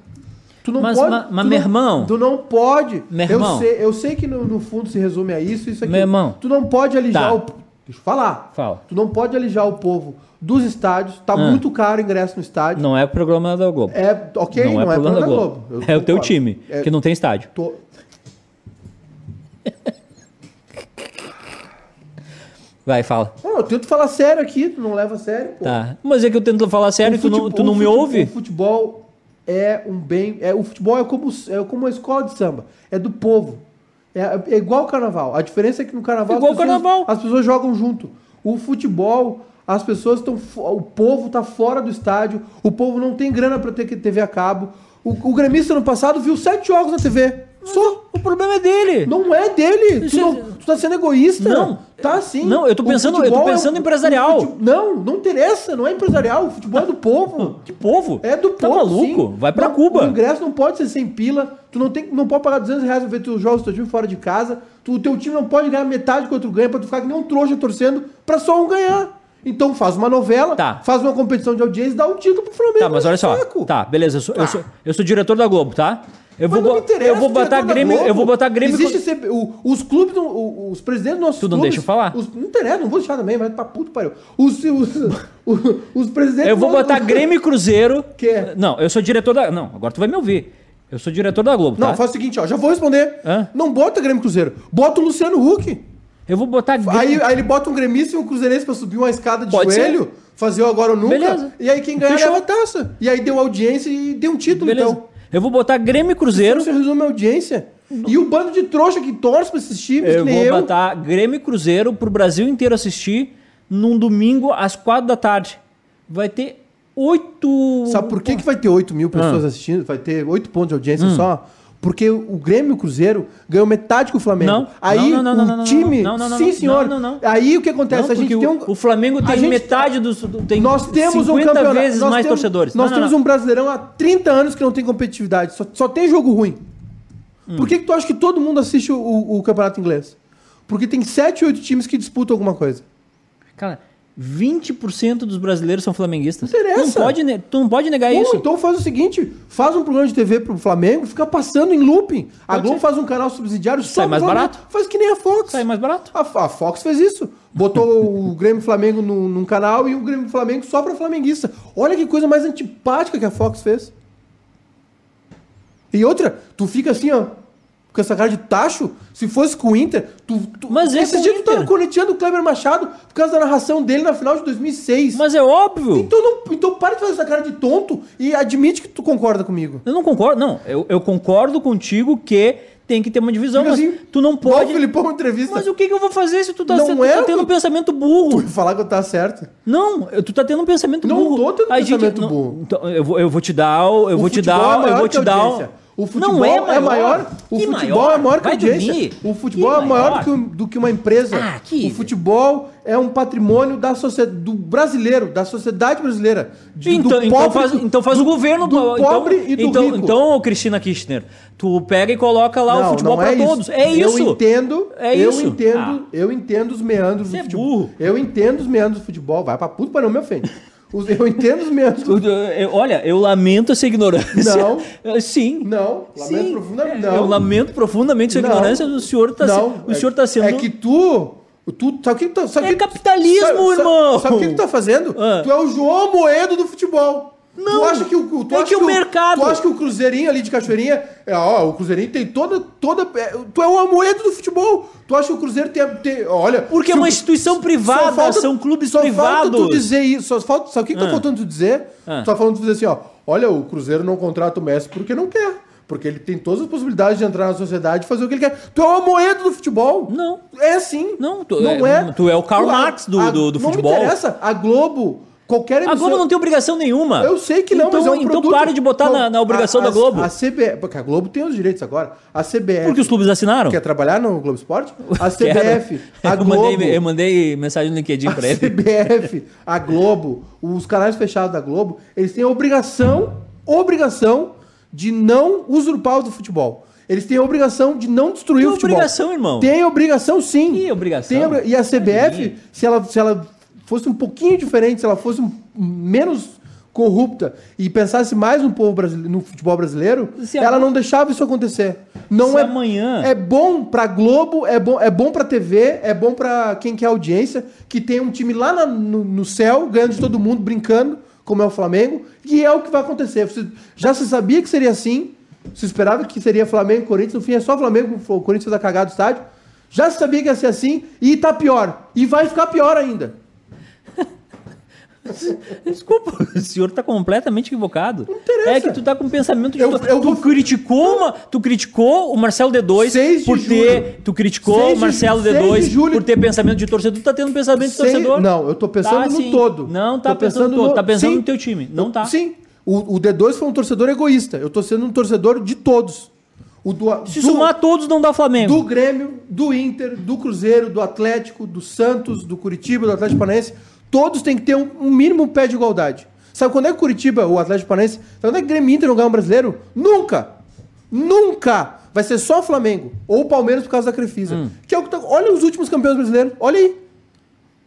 Speaker 2: Tu não
Speaker 1: Mas,
Speaker 2: pode.
Speaker 1: ma- mas,
Speaker 2: tu
Speaker 1: meu
Speaker 2: não-
Speaker 1: irmão,
Speaker 2: Tu não pode.
Speaker 1: Meu
Speaker 2: eu
Speaker 1: irmão.
Speaker 2: sei- eu sei que no, no fundo se resume a isso, isso aqui.
Speaker 1: Meu irmão.
Speaker 2: Tu não pode alijar
Speaker 1: Tá.
Speaker 2: o. Deixa eu falar.
Speaker 1: Fala.
Speaker 2: Tu não pode alijar o povo dos estádios. Tá
Speaker 1: Ah.
Speaker 2: muito caro o ingresso no estádio.
Speaker 1: Não é programa da Globo.
Speaker 2: É, ok, não, é problema da Globo. Eu
Speaker 1: É o teu
Speaker 2: concordo.
Speaker 1: time,
Speaker 2: É,
Speaker 1: que não tem estádio.
Speaker 2: tô-
Speaker 1: Vai, fala.
Speaker 2: Não, eu tento falar sério aqui, tu não leva a sério. pô.
Speaker 1: Tá. Mas é que eu tento falar sério,
Speaker 2: O
Speaker 1: tu não,
Speaker 2: futebol-
Speaker 1: tu não
Speaker 2: o
Speaker 1: me
Speaker 2: futebol-
Speaker 1: ouve?
Speaker 2: O futebol é um bem. É, o futebol é como, é como a escola de samba. É do povo. É, é igual o carnaval. A diferença é que no carnaval,
Speaker 1: Igual
Speaker 2: as, pessoas,
Speaker 1: carnaval.
Speaker 2: as pessoas jogam junto. O futebol, as pessoas estão. fo- O povo tá fora do estádio. O povo não tem grana para ter que TV a cabo. O, o gremista no passado viu sete jogos na TV. Só.
Speaker 1: O problema é dele.
Speaker 2: Não é dele. Tu,
Speaker 1: Isso é-
Speaker 2: não- tu tá sendo egoísta.
Speaker 1: Não.
Speaker 2: Tá sim.
Speaker 1: Não, eu tô
Speaker 2: O
Speaker 1: pensando- eu tô
Speaker 2: futebol é um-
Speaker 1: pensando
Speaker 2: o-
Speaker 1: empresarial.
Speaker 2: o fute- Não, não interessa. Não é empresarial. O futebol é do povo.
Speaker 1: Que povo?
Speaker 2: É do
Speaker 1: tá
Speaker 2: povo,
Speaker 1: maluco?
Speaker 2: sim.
Speaker 1: Vai pra
Speaker 2: Não, O
Speaker 1: Cuba.
Speaker 2: ingresso não pode ser sem pila. Tu não, tem, não pode pagar 200 reais pra ver teus jogos do teu time fora de casa. Tu, o teu time não pode ganhar metade que o outro ganha pra tu ficar que nem um trouxa torcendo pra só um ganhar. Então faz uma novela,
Speaker 1: Tá.
Speaker 2: faz uma competição de audiência e dá o título pro Flamengo. É
Speaker 1: Tá, mas olha só.
Speaker 2: um Saco.
Speaker 1: Tá, beleza. Eu sou, eu sou, eu sou diretor da Globo, tá? Eu
Speaker 2: Mas
Speaker 1: vou,
Speaker 2: não me
Speaker 1: bo-
Speaker 2: interessa,
Speaker 1: eu vou botar
Speaker 2: diretor da
Speaker 1: Grêmio. Eu
Speaker 2: Globo.
Speaker 1: vou botar Grêmio.
Speaker 2: Existe sempre- o- os clubes, não- o- os presidentes dos nossos
Speaker 1: Tu não
Speaker 2: clubes-
Speaker 1: deixa eu falar?
Speaker 2: Os, não interessa, não vou deixar também, vai pra puto pariu. Os, os, os, os presidentes.
Speaker 1: Eu vou
Speaker 2: dos-
Speaker 1: botar Grêmio e Cruzeiro.
Speaker 2: Quê?
Speaker 1: Não, eu sou diretor da. Não, agora tu vai me ouvir. Eu sou diretor da Globo,
Speaker 2: Não,
Speaker 1: tá?
Speaker 2: faz o seguinte, ó, já vou responder.
Speaker 1: Hã?
Speaker 2: Não bota Grêmio e Cruzeiro, bota o Luciano Huck.
Speaker 1: Eu vou botar Grêmio.
Speaker 2: Aí, aí ele bota um gremista e um cruzeirense pra subir uma escada de
Speaker 1: Pode ser.
Speaker 2: joelho, fazer o agora ou nunca.
Speaker 1: Beleza.
Speaker 2: E aí quem ganhar
Speaker 1: Fechou.
Speaker 2: leva a taça. E aí deu audiência e deu um título,
Speaker 1: beleza.
Speaker 2: então. é um
Speaker 1: Eu vou botar Grêmio e Cruzeiro.
Speaker 2: Você resume a audiência. E o bando de trouxa que torce pra esses times, que
Speaker 1: Eu
Speaker 2: nem
Speaker 1: vou
Speaker 2: eu.
Speaker 1: botar Grêmio e Cruzeiro pro Brasil inteiro assistir num domingo às quatro da tarde. Vai ter oito.
Speaker 2: Sabe por que, que vai ter 8 mil pessoas
Speaker 1: Ah.
Speaker 2: assistindo? Vai ter 8 pontos de
Speaker 1: Hum.
Speaker 2: audiência só? Porque o Grêmio e o Cruzeiro ganhou metade que o Flamengo.
Speaker 1: Não.
Speaker 2: Aí
Speaker 1: Não, não, não,
Speaker 2: o
Speaker 1: não, não,
Speaker 2: time.
Speaker 1: não, não, não,
Speaker 2: Sim,
Speaker 1: não,
Speaker 2: senhor.
Speaker 1: não, não, não.
Speaker 2: Aí o que acontece?
Speaker 1: Não,
Speaker 2: a gente
Speaker 1: porque
Speaker 2: tem
Speaker 1: o,
Speaker 2: um.
Speaker 1: o Flamengo
Speaker 2: a
Speaker 1: tem
Speaker 2: gente-
Speaker 1: metade do, do tem
Speaker 2: Nós temos um
Speaker 1: 50
Speaker 2: campeonato.
Speaker 1: vezes
Speaker 2: nós
Speaker 1: mais
Speaker 2: temos-
Speaker 1: torcedores.
Speaker 2: Nós
Speaker 1: Não, não,
Speaker 2: temos
Speaker 1: não.
Speaker 2: um Brasileirão há 30 anos que não tem competitividade. Só, só tem jogo ruim.
Speaker 1: Hum.
Speaker 2: Por que, que tu acha que todo mundo assiste o, o- o campeonato inglês? Porque tem 7, 8 times que disputam alguma coisa.
Speaker 1: Cara, 20% dos brasileiros são flamenguistas.
Speaker 2: Não interessa.
Speaker 1: Não pode, ne- tu não pode negar
Speaker 2: Ou
Speaker 1: É isso.
Speaker 2: então faz o seguinte: faz um programa de TV pro Flamengo, fica passando em looping. A
Speaker 1: Pode
Speaker 2: Globo
Speaker 1: ser.
Speaker 2: faz um canal subsidiário só
Speaker 1: Sai
Speaker 2: pro
Speaker 1: mais
Speaker 2: Flamengo.
Speaker 1: barato?
Speaker 2: Faz que nem a Fox.
Speaker 1: Sai é mais barato.
Speaker 2: A, a Fox fez isso. Botou o Grêmio Flamengo num, num canal e o Grêmio Flamengo só pra flamenguista. Olha que coisa mais antipática que a Fox fez. E outra, tu fica assim, ó, com essa cara de tacho. Se fosse com o Inter, tu. tu
Speaker 1: Mas é com
Speaker 2: esse
Speaker 1: o
Speaker 2: dia tu tava
Speaker 1: Inter.
Speaker 2: corneteando o Kleber Machado por causa da narração dele na final de 2006.
Speaker 1: Mas é óbvio.
Speaker 2: Então, não, então para de fazer essa cara de tonto e admite que tu concorda comigo.
Speaker 1: Eu não concordo. Não, eu, eu concordo contigo que tem que ter uma divisão,
Speaker 2: Fica
Speaker 1: mas
Speaker 2: assim,
Speaker 1: tu não
Speaker 2: Ó,
Speaker 1: pode.
Speaker 2: o Filipão, uma entrevista.
Speaker 1: Mas o que, que eu vou fazer se tu tá,
Speaker 2: Não
Speaker 1: se- tu
Speaker 2: é
Speaker 1: tá
Speaker 2: o
Speaker 1: tendo
Speaker 2: que-
Speaker 1: um pensamento burro?
Speaker 2: Falar que eu tava certo.
Speaker 1: Não, eu- tu tá tendo um pensamento
Speaker 2: Não
Speaker 1: burro.
Speaker 2: tô tendo
Speaker 1: A gente-
Speaker 2: pensamento
Speaker 1: não-
Speaker 2: burro.
Speaker 1: Então, eu, vou, eu vou te dar, o- eu
Speaker 2: O
Speaker 1: vou te
Speaker 2: futebol
Speaker 1: dar,
Speaker 2: é
Speaker 1: eu
Speaker 2: maior
Speaker 1: vou
Speaker 2: que
Speaker 1: te
Speaker 2: a
Speaker 1: dar.
Speaker 2: audiência. O futebol
Speaker 1: não é
Speaker 2: é
Speaker 1: maior.
Speaker 2: maior. O
Speaker 1: Que
Speaker 2: futebol é maior que a
Speaker 1: Vai
Speaker 2: audiência.
Speaker 1: dormir.
Speaker 2: O futebol é maior do que, um- do que uma empresa.
Speaker 1: Ah, que-
Speaker 2: O futebol é um patrimônio da socie- do brasileiro, da sociedade brasileira. de- do
Speaker 1: então, então
Speaker 2: pobre,
Speaker 1: faz,
Speaker 2: do-
Speaker 1: então faz o governo
Speaker 2: do
Speaker 1: então-
Speaker 2: pobre e do
Speaker 1: então,
Speaker 2: rico.
Speaker 1: Então, ô, Cristina Kirchner, tu pega e coloca lá o futebol pra todos. É isso.
Speaker 2: Eu entendo,
Speaker 1: É
Speaker 2: eu
Speaker 1: isso.
Speaker 2: entendo,
Speaker 1: Ah.
Speaker 2: eu entendo os meandros
Speaker 1: Você é
Speaker 2: do futebol.
Speaker 1: burro.
Speaker 2: Eu entendo os meandros do futebol. Vai pra puta, mas não me ofende. Os- Eu entendo os meandros do
Speaker 1: Eu- eu- é, olha, eu lamento essa ignorância.
Speaker 2: Não.
Speaker 1: Eh, Sim.
Speaker 2: Não, lamento
Speaker 1: Sim. É,
Speaker 2: profundamente.
Speaker 1: Eu
Speaker 2: Não.
Speaker 1: lamento profundamente a
Speaker 2: Não.
Speaker 1: ignorância. O senhor tá, se-
Speaker 2: Não,
Speaker 1: o
Speaker 2: é-
Speaker 1: senhor tá sendo.
Speaker 2: É que tu. Tu, sabe o que tu tá- sabe
Speaker 1: É
Speaker 2: o que-
Speaker 1: capitalismo,
Speaker 2: sabe- sabe-
Speaker 1: irmão!
Speaker 2: Sabe o que tu tá fazendo?
Speaker 1: Ah.
Speaker 2: Tu é o João Moedo do futebol.
Speaker 1: Não,
Speaker 2: Tu acha que o, tu
Speaker 1: é
Speaker 2: acha
Speaker 1: que o mercado-
Speaker 2: Tu acha que o Cruzeirinho ali de Cachoeirinha. É, ó, o Cruzeirinho tem toda. toda é, tu é o Amoedo do futebol. Tu acha que o Cruzeiro tem. tem- olha.
Speaker 1: Porque é
Speaker 2: se
Speaker 1: uma
Speaker 2: o-
Speaker 1: instituição
Speaker 2: só
Speaker 1: privada,
Speaker 2: falta-
Speaker 1: são clubes
Speaker 2: só Falta tu
Speaker 1: privados.
Speaker 2: dizer isso. Só falta, sabe o que, que tá faltando tu dizer?
Speaker 1: Ah.
Speaker 2: Tu tá falando tu dizer assim, ó. Olha, o Cruzeiro não contrata o Messi porque não quer. Porque ele tem todas as possibilidades de entrar na sociedade e fazer o que ele quer. Tu é o Amoedo do futebol.
Speaker 1: Não.
Speaker 2: É sim.
Speaker 1: Não, tu- é- tu é o Karl Marx do- do- do futebol.
Speaker 2: Não me interessa. A Globo, qualquer
Speaker 1: A Globo não tem obrigação nenhuma.
Speaker 2: Eu sei que não,
Speaker 1: então,
Speaker 2: mas é um
Speaker 1: Então
Speaker 2: produto.
Speaker 1: para de botar
Speaker 2: Não,
Speaker 1: na, na obrigação
Speaker 2: a-
Speaker 1: da
Speaker 2: a-
Speaker 1: Globo.
Speaker 2: A CBF, porque a Globo tem os direitos agora. A CBF.
Speaker 1: porque os clubes assinaram.
Speaker 2: Quer trabalhar no Globo Esporte? é A
Speaker 1: Quero.
Speaker 2: CBF, a
Speaker 1: eu,
Speaker 2: Globo,
Speaker 1: mandei, eu mandei mensagem no LinkedIn pra
Speaker 2: a
Speaker 1: ele.
Speaker 2: CBF, a Globo, os canais fechados da Globo, eles têm a obrigação, obrigação de não usurpar o do futebol. Eles têm a obrigação de não destruir
Speaker 1: Que
Speaker 2: o futebol.
Speaker 1: obrigação, irmão?
Speaker 2: Tem obrigação, sim.
Speaker 1: Que obrigação?
Speaker 2: Tem obri- e a CBF,
Speaker 1: Sim.
Speaker 2: se ela, se ela fosse um pouquinho diferente, se ela fosse um- menos corrupta e pensasse mais no povo brasileiro, no futebol brasileiro,
Speaker 1: Se
Speaker 2: ela
Speaker 1: amanhã-
Speaker 2: não deixava isso acontecer. Não
Speaker 1: Se
Speaker 2: é
Speaker 1: amanhã-
Speaker 2: é bom pra Globo, é bom, é bom pra TV, é bom pra quem quer audiência, que tem um time lá na- no, no céu, ganhando de todo mundo, brincando, como é o Flamengo, e é o que vai acontecer. Você- já se sabia que seria assim, se esperava que seria Flamengo e Corinthians, no fim é só Flamengo, o Corinthians vai cagar do estádio. Já se sabia que ia ser assim, e tá pior. E vai ficar pior ainda.
Speaker 1: Desculpa, o senhor tá completamente equivocado. Não
Speaker 2: interessa.
Speaker 1: É que tu tá com um pensamento de.
Speaker 2: Eu-
Speaker 1: tu,
Speaker 2: eu-
Speaker 1: tu criticou uma, tu criticou o Marcelo
Speaker 2: Seis
Speaker 1: D2
Speaker 2: de
Speaker 1: por ter.
Speaker 2: julho.
Speaker 1: Tu criticou
Speaker 2: Seis
Speaker 1: o
Speaker 2: de
Speaker 1: Marcelo
Speaker 2: ju- seis de
Speaker 1: D2
Speaker 2: julho.
Speaker 1: por ter pensamento de torcedor. Tu tá tendo pensamento de
Speaker 2: Sei-
Speaker 1: torcedor?
Speaker 2: Não, eu tô
Speaker 1: Tá,
Speaker 2: pensando no
Speaker 1: sim.
Speaker 2: todo.
Speaker 1: Não tá
Speaker 2: Tô
Speaker 1: pensando no todo, tá pensando
Speaker 2: Sim.
Speaker 1: no teu time. Não
Speaker 2: Eu-
Speaker 1: tá.
Speaker 2: Sim. O, o D2 foi um torcedor egoísta. Eu tô sendo um torcedor de todos. O do,
Speaker 1: Se
Speaker 2: do-
Speaker 1: somar todos, não dá Flamengo.
Speaker 2: do Grêmio, do Inter, do Cruzeiro, do Atlético, do Santos, do Curitiba, do Atlético Paranaense, todos têm que ter um, um mínimo pé de igualdade. Sabe quando é que Curitiba ou Atlético Paranaense, sabe quando é que Grêmio e Inter não ganham um brasileiro? Nunca! Nunca! Vai ser só o Flamengo ou o Palmeiras por causa da Crefisa.
Speaker 1: Hum.
Speaker 2: Que é o que tá- olha os últimos campeões brasileiros, olha aí.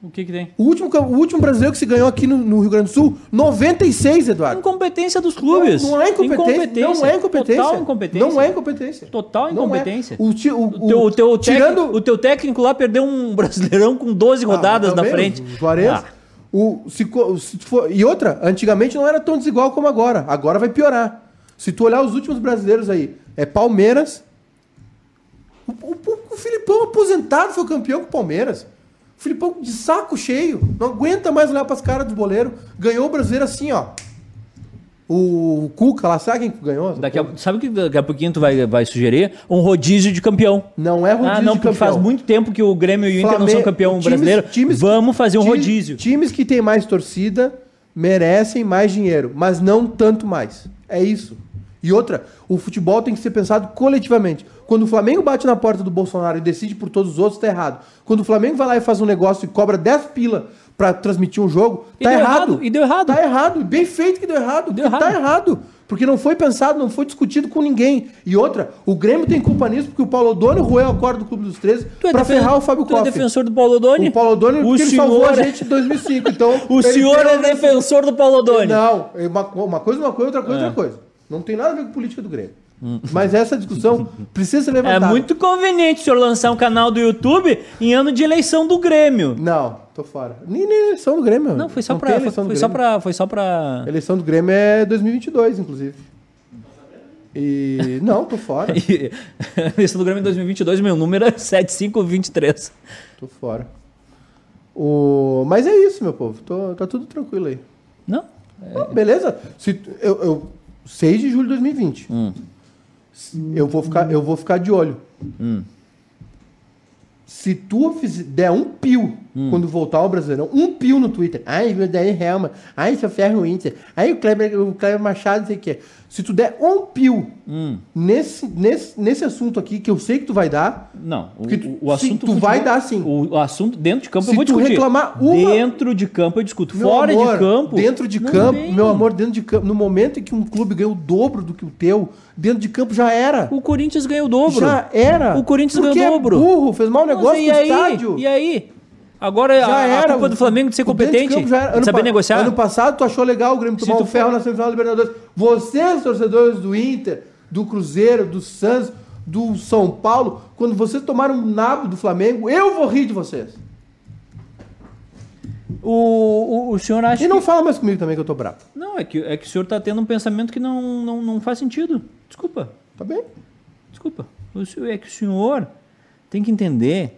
Speaker 1: O que que tem?
Speaker 2: O último, cam- o último brasileiro que se ganhou aqui no, no Rio Grande do Sul, 96, Eduardo.
Speaker 1: Incompetência dos clubes.
Speaker 2: Não, não é incompetência. Não é incompetência.
Speaker 1: Total incompetência.
Speaker 2: Não é incompetência.
Speaker 1: Total
Speaker 2: Não é.
Speaker 1: incompetência.
Speaker 2: O, ti- o,
Speaker 1: O teu, o teu tec-
Speaker 2: tirando
Speaker 1: o teu técnico lá perdeu um brasileirão com 12 rodadas
Speaker 2: Ah,
Speaker 1: na
Speaker 2: também,
Speaker 1: frente.
Speaker 2: o Juarez.
Speaker 1: Ah,
Speaker 2: O, se, co- se for- e outra, antigamente não era tão desigual como agora. Agora vai piorar. Se tu olhar os últimos brasileiros aí, é Palmeiras. O, o- o Filipão aposentado foi campeão com o Palmeiras. O Filipão de saco cheio. Não aguenta mais olhar pras caras dos boleiros. Ganhou o brasileiro assim, ó. O, Cuca lá, sabe quem que ganhou?
Speaker 1: daqui a- sabe o que daqui a pouquinho tu vai, vai sugerir? Um rodízio de campeão.
Speaker 2: Não é rodízio
Speaker 1: ah, não,
Speaker 2: de
Speaker 1: porque
Speaker 2: campeão.
Speaker 1: faz muito tempo que o Grêmio e o Inter não são
Speaker 2: Flamengo-
Speaker 1: campeão
Speaker 2: times-
Speaker 1: brasileiro.
Speaker 2: times-
Speaker 1: Vamos fazer um
Speaker 2: Ti-
Speaker 1: rodízio.
Speaker 2: Times que têm mais torcida merecem mais dinheiro, mas não tanto mais. É isso. E outra, o futebol tem que ser pensado coletivamente. Quando o Flamengo bate na porta do Bolsonaro e decide por todos os outros, tá errado. Quando o Flamengo vai lá e faz um negócio e cobra 10 pila pra transmitir um jogo,
Speaker 1: E
Speaker 2: tá
Speaker 1: deu
Speaker 2: errado.
Speaker 1: errado, e deu errado.
Speaker 2: Tá errado. Bem feito que deu errado.
Speaker 1: Deu
Speaker 2: Tá
Speaker 1: errado.
Speaker 2: errado. Porque não foi pensado, não foi discutido com ninguém. E outra, o Grêmio tem culpa nisso porque o Paulo Dono roeu a corda do Clube dos 13 pra
Speaker 1: defen-
Speaker 2: ferrar o Fábio
Speaker 1: tu é
Speaker 2: Koff.
Speaker 1: defensor do Paulo Doni?
Speaker 2: O Paulo Doni
Speaker 1: o
Speaker 2: porque ele
Speaker 1: senhor, é-
Speaker 2: salvou a gente em 2005, então...
Speaker 1: O
Speaker 2: ele
Speaker 1: senhor
Speaker 2: tem
Speaker 1: é
Speaker 2: uma-
Speaker 1: defensor do Paulo Doni?
Speaker 2: Não, é uma, co- uma coisa, uma coisa, outra
Speaker 1: É.
Speaker 2: coisa, outra coisa. Não tem nada a ver com política do Grêmio. Mas essa discussão precisa ser
Speaker 1: Hum. É
Speaker 2: levantada.
Speaker 1: muito conveniente o senhor lançar um canal do YouTube em ano de eleição do Grêmio.
Speaker 2: Não, tô fora. Nem, nem eleição do Grêmio.
Speaker 1: Não, foi só
Speaker 2: tem
Speaker 1: pra. Foi,
Speaker 2: eleição do
Speaker 1: foi só
Speaker 2: Grêmio.
Speaker 1: pra. Foi só pra.
Speaker 2: Eleição do Grêmio é 2022, inclusive. E... Não, tô fora.
Speaker 1: E- Eleição do Grêmio em 2022, meu número é 7523.
Speaker 2: Tô fora. O... Mas é isso, meu povo. Tô- tá tudo tranquilo aí.
Speaker 1: Não?
Speaker 2: Ah, beleza? Se, tu- eu, eu, 6 de julho de 2020.
Speaker 1: Hum.
Speaker 2: Se- Eu, vou ficar,
Speaker 1: Hum.
Speaker 2: eu vou ficar de olho. Se tu fizer, der um pio
Speaker 1: Hum.
Speaker 2: quando voltar ao Brasileirão, um pio no Twitter. Ai, meu Dani Helma. Ai, seu Ferro Inter. Ai, o Kleber, o Kleber Machado, não sei o que. Se tu der um pio
Speaker 1: Hum.
Speaker 2: nesse, nesse, nesse assunto aqui, que eu sei que tu vai dar,
Speaker 1: Não, o,
Speaker 2: Porque tu-
Speaker 1: o- o
Speaker 2: sim,
Speaker 1: assunto.
Speaker 2: tu vai dar sim.
Speaker 1: O, o assunto dentro de campo
Speaker 2: Se
Speaker 1: eu vou
Speaker 2: tu
Speaker 1: discutir.
Speaker 2: reclamar uma-
Speaker 1: Dentro de campo eu discuto.
Speaker 2: Meu
Speaker 1: Fora
Speaker 2: amor,
Speaker 1: de campo.
Speaker 2: Dentro de
Speaker 1: não
Speaker 2: campo,
Speaker 1: vem.
Speaker 2: meu amor, dentro de campo. No momento em que um clube ganha o dobro do que o teu, dentro de campo já era.
Speaker 1: O Corinthians ganhou o dobro.
Speaker 2: Já era.
Speaker 1: O Corinthians
Speaker 2: Porque
Speaker 1: ganhou o
Speaker 2: é
Speaker 1: dobro.
Speaker 2: burro, fez mau negócio
Speaker 1: Nossa,
Speaker 2: no
Speaker 1: e aí?
Speaker 2: estádio.
Speaker 1: E aí? Agora a,
Speaker 2: Já
Speaker 1: a
Speaker 2: era.
Speaker 1: culpa do Flamengo de ser
Speaker 2: O dentro de
Speaker 1: competente,
Speaker 2: campo já era.
Speaker 1: de
Speaker 2: Ano
Speaker 1: saber
Speaker 2: pa-
Speaker 1: negociar.
Speaker 2: Ano passado tu achou legal o Grêmio
Speaker 1: Se
Speaker 2: tomar
Speaker 1: tu
Speaker 2: o ferro na semifinal da Libertadores. Vocês, torcedores do Inter, do Cruzeiro, do Santos, do São Paulo, quando vocês tomaram um nabo do Flamengo, eu vou rir de vocês.
Speaker 1: o, o, o senhor acha
Speaker 2: E não
Speaker 1: que...
Speaker 2: fala mais comigo também que eu tô bravo.
Speaker 1: Não, é que, é que o senhor está tendo um pensamento que não, não, não faz sentido. Desculpa,
Speaker 2: Tá bem?
Speaker 1: desculpa. O senhor- é que o senhor tem que entender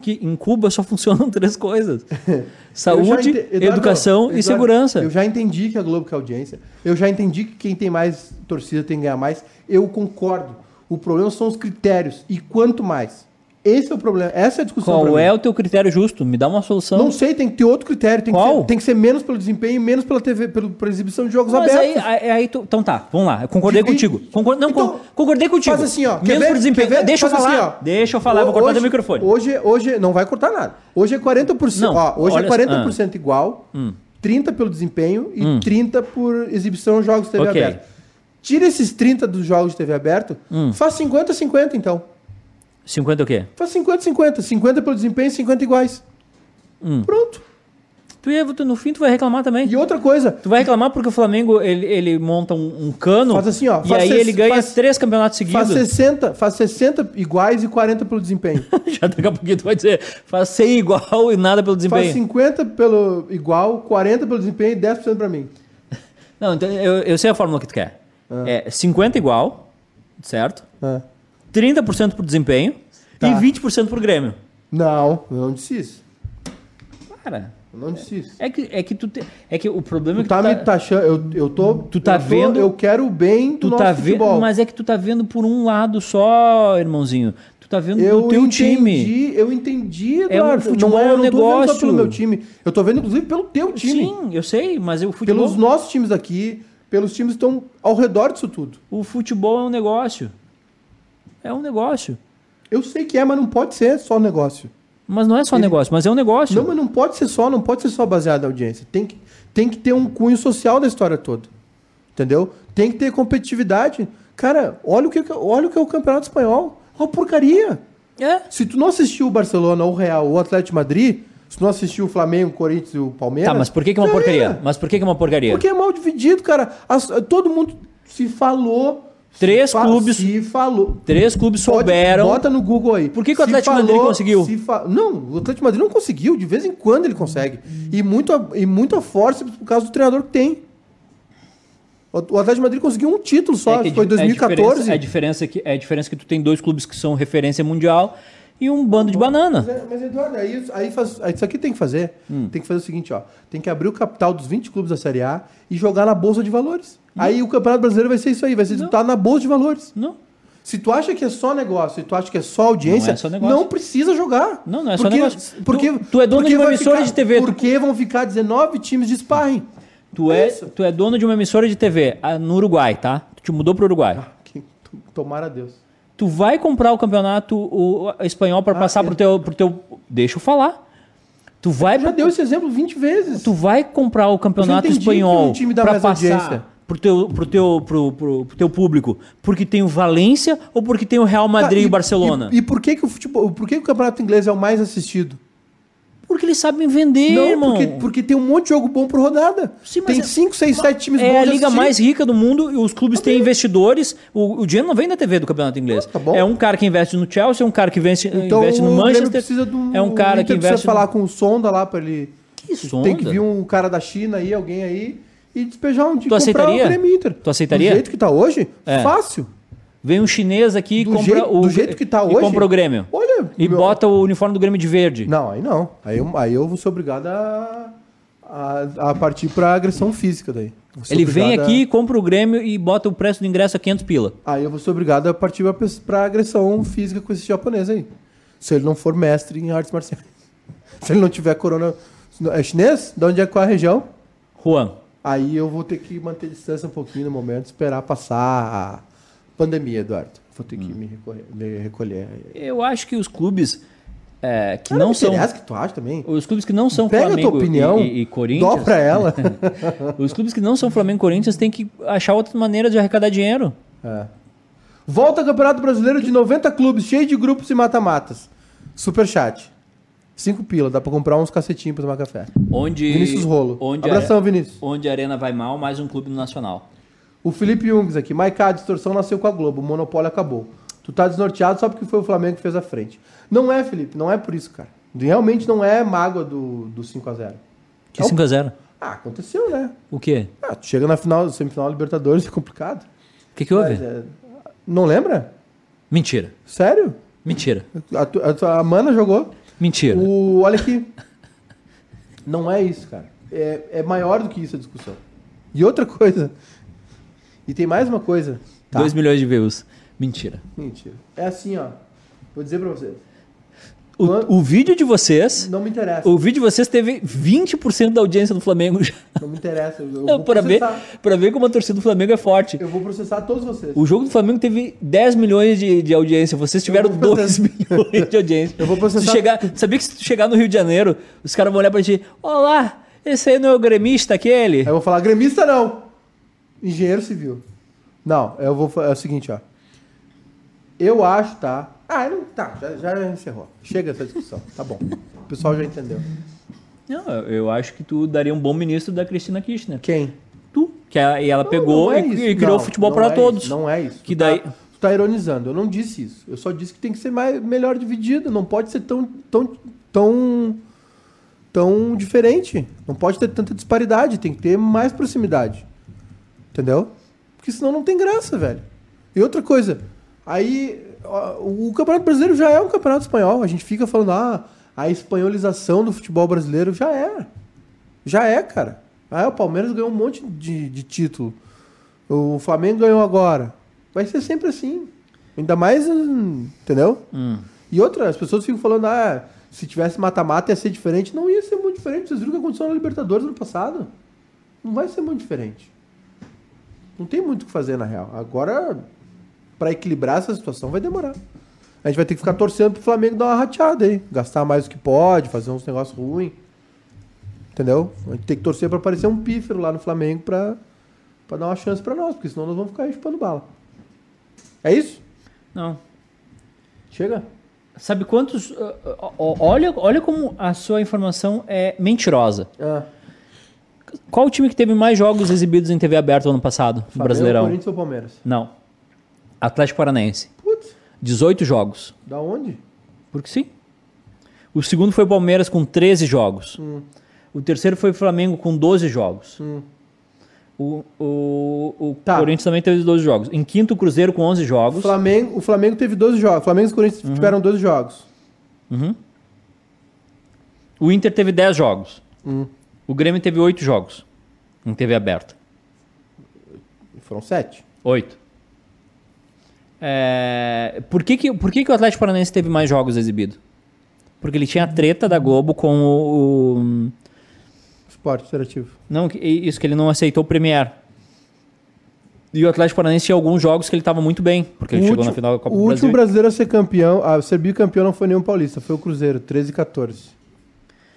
Speaker 1: que em Cuba só funcionam três coisas.
Speaker 2: Eu já
Speaker 1: Saúde,
Speaker 2: ente- Eduardo,
Speaker 1: educação e
Speaker 2: Eduardo,
Speaker 1: segurança.
Speaker 2: Eu já entendi que a Globo quer audiência. Eu já entendi que quem tem mais torcida tem que ganhar mais. Eu concordo. O problema são os critérios. E quanto mais? Esse é o problema. Essa é a discussão. pra
Speaker 1: Qual
Speaker 2: mim.
Speaker 1: é o teu critério justo? Me dá uma solução.
Speaker 2: Não sei, tem que ter outro critério. Tem,
Speaker 1: Qual?
Speaker 2: Que, ser, tem que ser menos pelo desempenho e menos pela TV, pelo, pela exibição de jogos
Speaker 1: Mas aí,
Speaker 2: abertos.
Speaker 1: aí, aí tu- então tá, vamos lá. Eu concordei
Speaker 2: Divi-
Speaker 1: contigo. Concor- não,
Speaker 2: Então,
Speaker 1: con- concordei contigo.
Speaker 2: Faz assim, ó. Quer
Speaker 1: Menos
Speaker 2: ver?
Speaker 1: por desempenho.
Speaker 2: Quer ver?
Speaker 1: Deixa eu
Speaker 2: Faz
Speaker 1: falar.
Speaker 2: assim, ó.
Speaker 1: Deixa eu falar, vou
Speaker 2: Ho-
Speaker 1: cortar teu
Speaker 2: hoje-
Speaker 1: microfone.
Speaker 2: Hoje, hoje, não vai cortar nada. Hoje é 40%.
Speaker 1: Não,
Speaker 2: ó, hoje
Speaker 1: olha
Speaker 2: é
Speaker 1: só, Ah. Hum.
Speaker 2: 40% igual, 30% pelo desempenho e 30% por exibição de jogos de TV
Speaker 1: Ok.
Speaker 2: aberta. Tira esses 30 dos jogos de TV aberto,
Speaker 1: Hum.
Speaker 2: faz 50-50 então.
Speaker 1: 50 o quê?
Speaker 2: Faz 50-50. 50 pelo desempenho e 50 iguais.
Speaker 1: Hum.
Speaker 2: Pronto.
Speaker 1: Tu ia, tu- no fim tu vai reclamar também.
Speaker 2: E outra coisa,
Speaker 1: Tu vai reclamar porque o Flamengo ele, ele monta um, um cano
Speaker 2: Faz assim, ó,
Speaker 1: e
Speaker 2: faz
Speaker 1: aí
Speaker 2: ses-
Speaker 1: ele ganha
Speaker 2: faz-
Speaker 1: três campeonatos
Speaker 2: faz
Speaker 1: seguidos.
Speaker 2: 60, faz 60 iguais e 40 pelo desempenho.
Speaker 1: Já daqui a pouquinho tu vai dizer, faz 100 igual e nada pelo
Speaker 2: Faz
Speaker 1: desempenho.
Speaker 2: 50 pelo igual, 40 pelo desempenho e 10% pra mim.
Speaker 1: Não, então, eu, eu sei a fórmula que tu quer. É 50 igual, certo?
Speaker 2: Ah.
Speaker 1: 30% pro desempenho
Speaker 2: Tá.
Speaker 1: e 20% pro Grêmio.
Speaker 2: Não, eu não disse isso.
Speaker 1: Cara,
Speaker 2: Eu não disse isso.
Speaker 1: é que, é que tu te- é que o problema é
Speaker 2: Tu
Speaker 1: que
Speaker 2: tá,
Speaker 1: tu
Speaker 2: me taxando, eu, eu tô...
Speaker 1: Tu tá
Speaker 2: eu tô-
Speaker 1: vendo-
Speaker 2: Eu quero o bem do
Speaker 1: Tu
Speaker 2: nosso
Speaker 1: tá vendo,
Speaker 2: futebol.
Speaker 1: mas é que tu tá vendo por um lado só, irmãozinho. Tu tá vendo
Speaker 2: eu
Speaker 1: do teu
Speaker 2: entendi,
Speaker 1: time.
Speaker 2: Eu entendi,
Speaker 1: um
Speaker 2: Eduardo.
Speaker 1: futebol,
Speaker 2: não é,
Speaker 1: é um
Speaker 2: eu não tô vendo só
Speaker 1: negócio.
Speaker 2: pelo meu time. Eu tô vendo, inclusive, pelo teu time.
Speaker 1: Sim, eu sei, mas o futebol,
Speaker 2: Pelos nossos times aqui, pelos times que estão ao redor disso tudo.
Speaker 1: o futebol é um negócio. É um negócio.
Speaker 2: Eu sei que é, mas não pode ser só negócio.
Speaker 1: Mas não é só
Speaker 2: Ele-
Speaker 1: negócio, mas é um negócio.
Speaker 2: Não, mas não pode ser só, não pode ser só baseado na audiência. Tem que, tem que ter um cunho social da história toda. Entendeu? Tem que ter competitividade. Cara, olha o que, olha o, que é o Campeonato Espanhol. É Uma porcaria.
Speaker 1: É.
Speaker 2: Se tu não assistiu o Barcelona, o Real, ou o Atlético de Madrid, se tu não assistiu o Flamengo, o Corinthians e o Palmeiras.
Speaker 1: Tá, mas por que, que é uma
Speaker 2: já
Speaker 1: porcaria?
Speaker 2: era.
Speaker 1: Mas por que, que é uma porcaria?
Speaker 2: Porque é mal dividido, cara. As- todo mundo se falou.
Speaker 1: Três
Speaker 2: se fa-
Speaker 1: clubes-
Speaker 2: Se falou.
Speaker 1: Três clubes
Speaker 2: Pode-
Speaker 1: souberam.
Speaker 2: bota no Google aí.
Speaker 1: Por que que o
Speaker 2: Se
Speaker 1: Atlético de Madrid conseguiu?
Speaker 2: se fa- Não, o Atlético de Madrid não conseguiu. De vez em quando ele consegue. E muito a, e muito a força por causa do treinador que tem. O o Atlético de Madrid conseguiu um título só,
Speaker 1: É que
Speaker 2: foi em
Speaker 1: a di- É
Speaker 2: 2014.
Speaker 1: a, diferença, é, a diferença que, é a diferença que tu tem dois clubes que são referência mundial e um bando de banana.
Speaker 2: Mas, é- mas, Eduardo, aí, isso- aí faz- aí isso aqui tem que fazer.
Speaker 1: Hum.
Speaker 2: Tem que fazer o seguinte, ó. Tem que abrir o capital dos 20 clubes da Série A e jogar na Bolsa de Valores.
Speaker 1: Hum.
Speaker 2: Aí o Campeonato Brasileiro vai ser isso aí, vai ser disputado na Bolsa de Valores.
Speaker 1: Não.
Speaker 2: Se tu acha que é só negócio, se tu acha que é só audiência,
Speaker 1: Não
Speaker 2: não,
Speaker 1: é só negócio.
Speaker 2: precisa jogar.
Speaker 1: Não, não é só negócio. Tu- tu é dono
Speaker 2: porque
Speaker 1: de uma
Speaker 2: vai
Speaker 1: emissora
Speaker 2: ficar-
Speaker 1: de TV, tu-
Speaker 2: Porque vão ficar 19 times de sparring.
Speaker 1: Tu
Speaker 2: É
Speaker 1: é,
Speaker 2: isso.
Speaker 1: tu é dono de uma emissora de TV ah, no Uruguai, tá? Tu te mudou pro Uruguai.
Speaker 2: Que- to- Tomara a Deus.
Speaker 1: Tu vai comprar o campeonato o- o espanhol pra passar
Speaker 2: é.
Speaker 1: pro teu, pro teu. Deixa eu falar. Tu vai,
Speaker 2: Já
Speaker 1: pra-
Speaker 2: deu esse exemplo 20 vezes.
Speaker 1: tu vai comprar o campeonato
Speaker 2: Eu já entendi que
Speaker 1: espanhol
Speaker 2: um time dá
Speaker 1: pra
Speaker 2: mais audiência.
Speaker 1: passar pro teu, pro, teu, pro, pro- pro teu público porque tem o Valência ou porque tem o Real
Speaker 2: Tá,
Speaker 1: Madrid e, o Barcelona?
Speaker 2: E, e por que que o futebol, por que que o campeonato inglês é o mais assistido?
Speaker 1: Porque eles sabem vender, irmão.
Speaker 2: porque, porque tem um monte de jogo bom por rodada.
Speaker 1: Sim, mas
Speaker 2: tem
Speaker 1: é-
Speaker 2: 5, 6, 7 times bons
Speaker 1: É a
Speaker 2: de
Speaker 1: liga
Speaker 2: assistir.
Speaker 1: mais rica do mundo e os clubes têm investidores. O, o dinheiro não vem da TV do campeonato inglês.
Speaker 2: Ah, tá bom.
Speaker 1: É um cara que investe no Chelsea, é um cara que investe,
Speaker 2: Então
Speaker 1: investe no
Speaker 2: o Grêmio
Speaker 1: Manchester.
Speaker 2: precisa de um
Speaker 1: é um cara
Speaker 2: o
Speaker 1: que
Speaker 2: Inter precisa
Speaker 1: investe.
Speaker 2: falar com o Sonda lá pra ele
Speaker 1: Que sonda.
Speaker 2: Tem que vir um cara da China aí, alguém aí, e despejar um de
Speaker 1: Tu aceitaria?
Speaker 2: o Grêmio Inter.
Speaker 1: Tu aceitaria?
Speaker 2: Do jeito que tá hoje,
Speaker 1: É.
Speaker 2: fácil.
Speaker 1: Vem um chinês aqui e
Speaker 2: Do,
Speaker 1: compra
Speaker 2: jeito,
Speaker 1: o.
Speaker 2: do jeito que tá
Speaker 1: e
Speaker 2: hoje.
Speaker 1: compra o Grêmio.
Speaker 2: Olha.
Speaker 1: E
Speaker 2: meu-
Speaker 1: bota o uniforme do Grêmio de verde.
Speaker 2: Não, aí não. Aí eu, aí eu vou ser obrigado a, a, a partir pra agressão física daí. Vou ser
Speaker 1: Ele vem
Speaker 2: obrigado a-
Speaker 1: aqui, compra o Grêmio e bota o preço do ingresso a 500 pila.
Speaker 2: Aí eu vou ser obrigado a partir pra, pra agressão física com esse japonês aí. Se ele não for mestre em artes marciais. Se ele não tiver corona. se não- É chinês? De onde é qual a região?
Speaker 1: Juan.
Speaker 2: Aí eu vou ter que manter distância um pouquinho no momento, esperar passar a pandemia, Eduardo. Vou ter que
Speaker 1: Hum.
Speaker 2: me, recorrer- me recolher.
Speaker 1: Eu acho que os clubes é, que
Speaker 2: Ah,
Speaker 1: não
Speaker 2: me
Speaker 1: são.
Speaker 2: interessa que tu acha também?
Speaker 1: Os clubes que não são
Speaker 2: Pega
Speaker 1: Flamengo
Speaker 2: a tua opinião,
Speaker 1: e, e- e Corinthians.
Speaker 2: dobra ela.
Speaker 1: Os clubes que não são Flamengo e Corinthians têm que achar outra maneira de arrecadar dinheiro.
Speaker 2: É. Volta ao Campeonato Brasileiro de 90 clubes, cheio de grupos e mata-matas. Superchat. Cinco pila, dá pra comprar uns cacetinhos pra tomar café.
Speaker 1: Onde.
Speaker 2: Vinícius Rolo.
Speaker 1: Onde é?
Speaker 2: Abração,
Speaker 1: a,
Speaker 2: Vinícius.
Speaker 1: onde a Arena vai mal, mais um clube no Nacional.
Speaker 2: O Felipe Jungs aqui. Maiká, a distorção nasceu com a Globo, o monopólio acabou. Tu tá desnorteado só porque foi o Flamengo que fez a frente. Não é, Felipe, não é por isso, cara. Realmente não é mágoa do, do 5x0.
Speaker 1: Que 5x0.
Speaker 2: Ah, aconteceu, né?
Speaker 1: O quê?
Speaker 2: Ah, tu chega na final, semifinal Libertadores, é complicado.
Speaker 1: O que, que houve?
Speaker 2: Mas, é, não lembra?
Speaker 1: Mentira.
Speaker 2: Sério?
Speaker 1: Mentira.
Speaker 2: A, tu- a, tua- a Mana jogou?
Speaker 1: Mentira.
Speaker 2: O, olha aqui. Não é isso, cara. É, é maior do que isso a discussão. E outra coisa. E tem mais uma coisa.
Speaker 1: 2 milhões de views. Mentira.
Speaker 2: Mentira. É assim, ó. Vou dizer pra vocês. Quando-
Speaker 1: O, o vídeo de vocês.
Speaker 2: Não me interessa.
Speaker 1: O vídeo de vocês teve 20% da audiência do Flamengo já.
Speaker 2: Não me interessa. Eu
Speaker 1: Não,
Speaker 2: vou
Speaker 1: pra, ver,
Speaker 2: processar.
Speaker 1: pra ver como a torcida do Flamengo é forte.
Speaker 2: Eu vou processar todos vocês.
Speaker 1: O jogo do Flamengo teve 10 milhões de, de audiência. Vocês tiveram
Speaker 2: vou
Speaker 1: 2 milhões de audiência.
Speaker 2: Eu vou processar-
Speaker 1: Se tu chegar, sabia que se tu chegar no Rio de Janeiro, os caras vão olhar pra ti: Olá, esse aí não é o gremista aquele?
Speaker 2: Aí eu vou falar, gremista não. Engenheiro civil. Não, eu vou fa- É o seguinte, ó. Eu acho, tá? Ah, eu não, tá, já, já encerrou. Chega essa discussão. Tá bom. O pessoal já entendeu.
Speaker 1: Não, eu- eu acho que tu daria um bom ministro da Cristina Kirchner.
Speaker 2: Quem?
Speaker 1: Tu. Que a- e ela
Speaker 2: Não,
Speaker 1: pegou
Speaker 2: não é
Speaker 1: e,
Speaker 2: isso.
Speaker 1: e criou
Speaker 2: Não,
Speaker 1: futebol
Speaker 2: não
Speaker 1: pra
Speaker 2: é
Speaker 1: todos.
Speaker 2: isso, não é isso.
Speaker 1: Que
Speaker 2: Tu
Speaker 1: daí-
Speaker 2: Tá, tu tá ironizando. Eu não disse isso. Eu só disse que tem que ser mais, melhor dividido. Não pode ser tão, tão, tão, tão diferente. Não pode ter tanta disparidade. Tem que ter mais proximidade. Entendeu? Porque senão não tem graça, velho. E outra coisa. Aí, ó, o Campeonato Brasileiro já é um campeonato espanhol. A gente fica falando, ah, a espanholização do futebol brasileiro já é. Já é, cara. Ah, o Palmeiras ganhou um monte de, de título. O Flamengo ganhou agora. Vai ser sempre assim. Ainda mais, hum, entendeu? E outra, as pessoas ficam falando, ah, se tivesse mata-mata ia ser diferente. Não ia ser muito diferente. Vocês viram o que aconteceu na Libertadores no passado? Não vai ser muito diferente. Não tem muito o que fazer, na real. Agora, pra equilibrar essa situação, vai demorar. A gente vai ter que ficar torcendo pro Flamengo dar uma rateada aí. Gastar mais do que pode, fazer uns negócios ruins. Entendeu? A gente tem que torcer pra aparecer um pífero lá no Flamengo pra, pra dar uma chance pra nós, porque senão nós vamos ficar chupando bala. É isso?
Speaker 1: Não.
Speaker 2: Chega?
Speaker 1: Sabe quantos. ó, ó, ó, Olha, olha como a sua informação é mentirosa.
Speaker 2: Ah,
Speaker 1: Qual o time que teve mais jogos exibidos em TV aberta no ano passado? no
Speaker 2: Flamengo,
Speaker 1: Brasileirão?
Speaker 2: Corinthians ou Palmeiras?
Speaker 1: Não. Atlético Paranaense.
Speaker 2: Putz,
Speaker 1: 18 jogos.
Speaker 2: da onde?
Speaker 1: Porque sim. O segundo foi o Palmeiras com 13 jogos. O terceiro foi o Flamengo com 12 jogos. O, o, o
Speaker 2: Tá.
Speaker 1: Corinthians também teve 12 jogos. Em quinto, o Cruzeiro com 11
Speaker 2: O
Speaker 1: jogos.
Speaker 2: Flamengo, o Flamengo teve 12 jogos. Flamengo e Corinthians
Speaker 1: Uhum.
Speaker 2: tiveram 12 jogos.
Speaker 1: O Inter teve 10 jogos.
Speaker 2: Um,
Speaker 1: O Grêmio teve 8 jogos em TV aberta.
Speaker 2: Foram 7.
Speaker 1: Oito. É, por que, que, por que, que o Atlético Paranaense teve mais jogos exibido? Porque ele tinha a treta da Globo com o. o-
Speaker 2: Esporte interativo.
Speaker 1: não, que- isso que ele não aceitou o Premier. E o Atlético Paranaense tinha alguns jogos que ele estava muito bem, porque ele
Speaker 2: O
Speaker 1: chegou
Speaker 2: último-
Speaker 1: na final da Copa
Speaker 2: O
Speaker 1: do Brasil.
Speaker 2: último brasileiro a ser campeão, a ser bicampeão não foi nenhum paulista, foi o Cruzeiro, 13 e 14.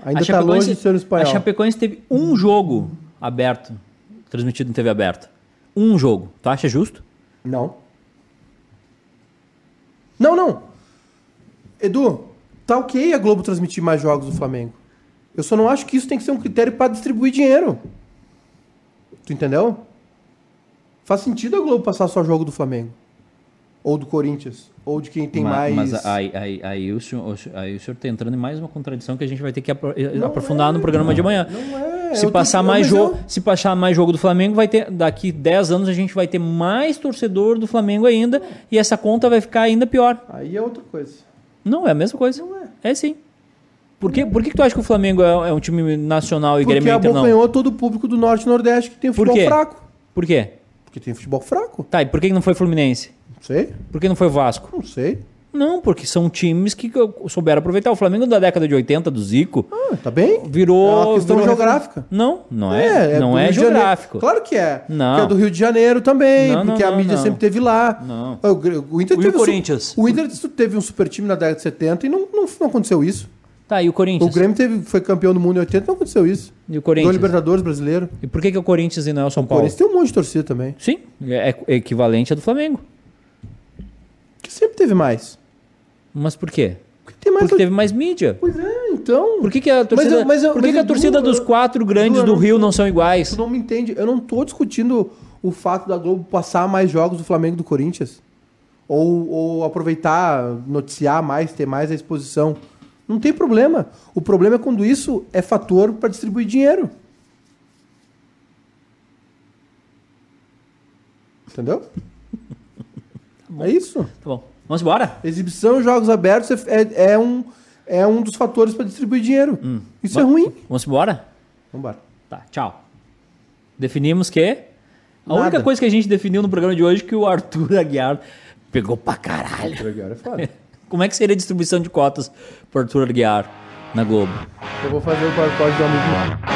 Speaker 2: Ainda
Speaker 1: a
Speaker 2: tá
Speaker 1: Chapecoense-
Speaker 2: longe de ser o
Speaker 1: A
Speaker 2: espanhol.
Speaker 1: Chapecoense teve um jogo aberto, transmitido em TV aberta. Um jogo. Tu acha justo?
Speaker 2: Não. Não, não. Edu, tá ok a Globo transmitir mais jogos do Flamengo. Eu só não acho que isso tem que ser um critério pra distribuir dinheiro. Tu entendeu? Faz sentido a Globo passar só jogo do Flamengo. Ou do Corinthians. Ou de quem tem
Speaker 1: Ma-
Speaker 2: mais.
Speaker 1: Mas aí, aí, aí, o senhor, o senhor- aí o senhor tá entrando em mais uma contradição que a gente vai ter que apro- eh,
Speaker 2: Não
Speaker 1: aprofundar
Speaker 2: é,
Speaker 1: no programa de amanhã.
Speaker 2: Não é, um- eu
Speaker 1: Se
Speaker 2: tô-
Speaker 1: passar,
Speaker 2: eu-
Speaker 1: mais
Speaker 2: mas eu-
Speaker 1: jogo, se passar mais jogo do Flamengo, vai ter daqui 10 anos a gente vai ter mais torcedor do Flamengo ainda e essa conta vai ficar ainda pior.
Speaker 2: Aí é outra coisa.
Speaker 1: Não, é a mesma coisa. É sim. Por que, por que, que tu acha que o Flamengo é, é um time nacional e
Speaker 2: Porque
Speaker 1: Grêmio é Inter não?
Speaker 2: abocanhou todo o público do Norte e Nordeste que tem
Speaker 1: Por
Speaker 2: futebol
Speaker 1: quê?
Speaker 2: fraco.
Speaker 1: Por quê?
Speaker 2: Porque tem futebol fraco.
Speaker 1: Tá, e por que que não foi Fluminense?
Speaker 2: Não sei,
Speaker 1: Por que não foi Vasco?
Speaker 2: não sei.
Speaker 1: Não, porque são times que souberam aproveitar. O Flamengo da década de 80, do Zico,
Speaker 2: Ah, tá bem?
Speaker 1: virou.
Speaker 2: É uma questão
Speaker 1: virou-
Speaker 2: geográfica.
Speaker 1: Não, não é.
Speaker 2: do
Speaker 1: não é
Speaker 2: Rio de Janeiro.
Speaker 1: geográfico.
Speaker 2: Claro que é.
Speaker 1: Não.
Speaker 2: Porque é do Rio de Janeiro também,
Speaker 1: Não, não,
Speaker 2: porque a
Speaker 1: não,
Speaker 2: mídia
Speaker 1: não.
Speaker 2: sempre teve lá.
Speaker 1: Não.
Speaker 2: O, o- o Inter
Speaker 1: E o
Speaker 2: teve um su-
Speaker 1: Corinthians?
Speaker 2: O Inter teve um super time na década de 70 e não, não, não aconteceu isso.
Speaker 1: Tá, e o
Speaker 2: O
Speaker 1: Corinthians?
Speaker 2: Grêmio teve, foi campeão do mundo em 80 não aconteceu isso.
Speaker 1: E o
Speaker 2: Do
Speaker 1: Corinthians?
Speaker 2: Libertadores brasileiro.
Speaker 1: E por que, que é o Corinthians e não é o São
Speaker 2: O
Speaker 1: Paulo?
Speaker 2: Corinthians tem um monte de torcida também.
Speaker 1: Sim, é é equivalente a do Flamengo.
Speaker 2: Que sempre teve mais.
Speaker 1: Mas por quê?
Speaker 2: Porque tem mais.
Speaker 1: Porque teve mais mídia.
Speaker 2: Pois é, então.
Speaker 1: Por que, que a torcida,
Speaker 2: eu- mas eu-
Speaker 1: por que
Speaker 2: mas
Speaker 1: que a
Speaker 2: eu-
Speaker 1: torcida
Speaker 2: eu-
Speaker 1: dos quatro grandes
Speaker 2: eu
Speaker 1: do
Speaker 2: não-
Speaker 1: Rio não são iguais?
Speaker 2: Tu não me entende. Eu não tô discutindo o fato da Globo passar mais jogos do Flamengo e do Corinthians. Ou, ou aproveitar, noticiar mais, ter mais a exposição. Não tem problema. O problema é quando isso é fator para distribuir dinheiro. Entendeu? É isso.
Speaker 1: Tá bom, vamos embora?
Speaker 2: Exibição, jogos abertos é, é- é um, é um dos fatores para distribuir dinheiro. Isso é ruim.
Speaker 1: Vamos embora?
Speaker 2: Vambora.
Speaker 1: Tá, tchau. Definimos que... A
Speaker 2: Nada.
Speaker 1: única coisa que a gente definiu no programa de hoje é que o Arthur Aguiar pegou pra caralho.
Speaker 2: Agora é foda.
Speaker 1: Como é que seria a distribuição de cotas pro Arthur Aguiar na Globo?
Speaker 2: Eu vou fazer o PowerPoint do amigo.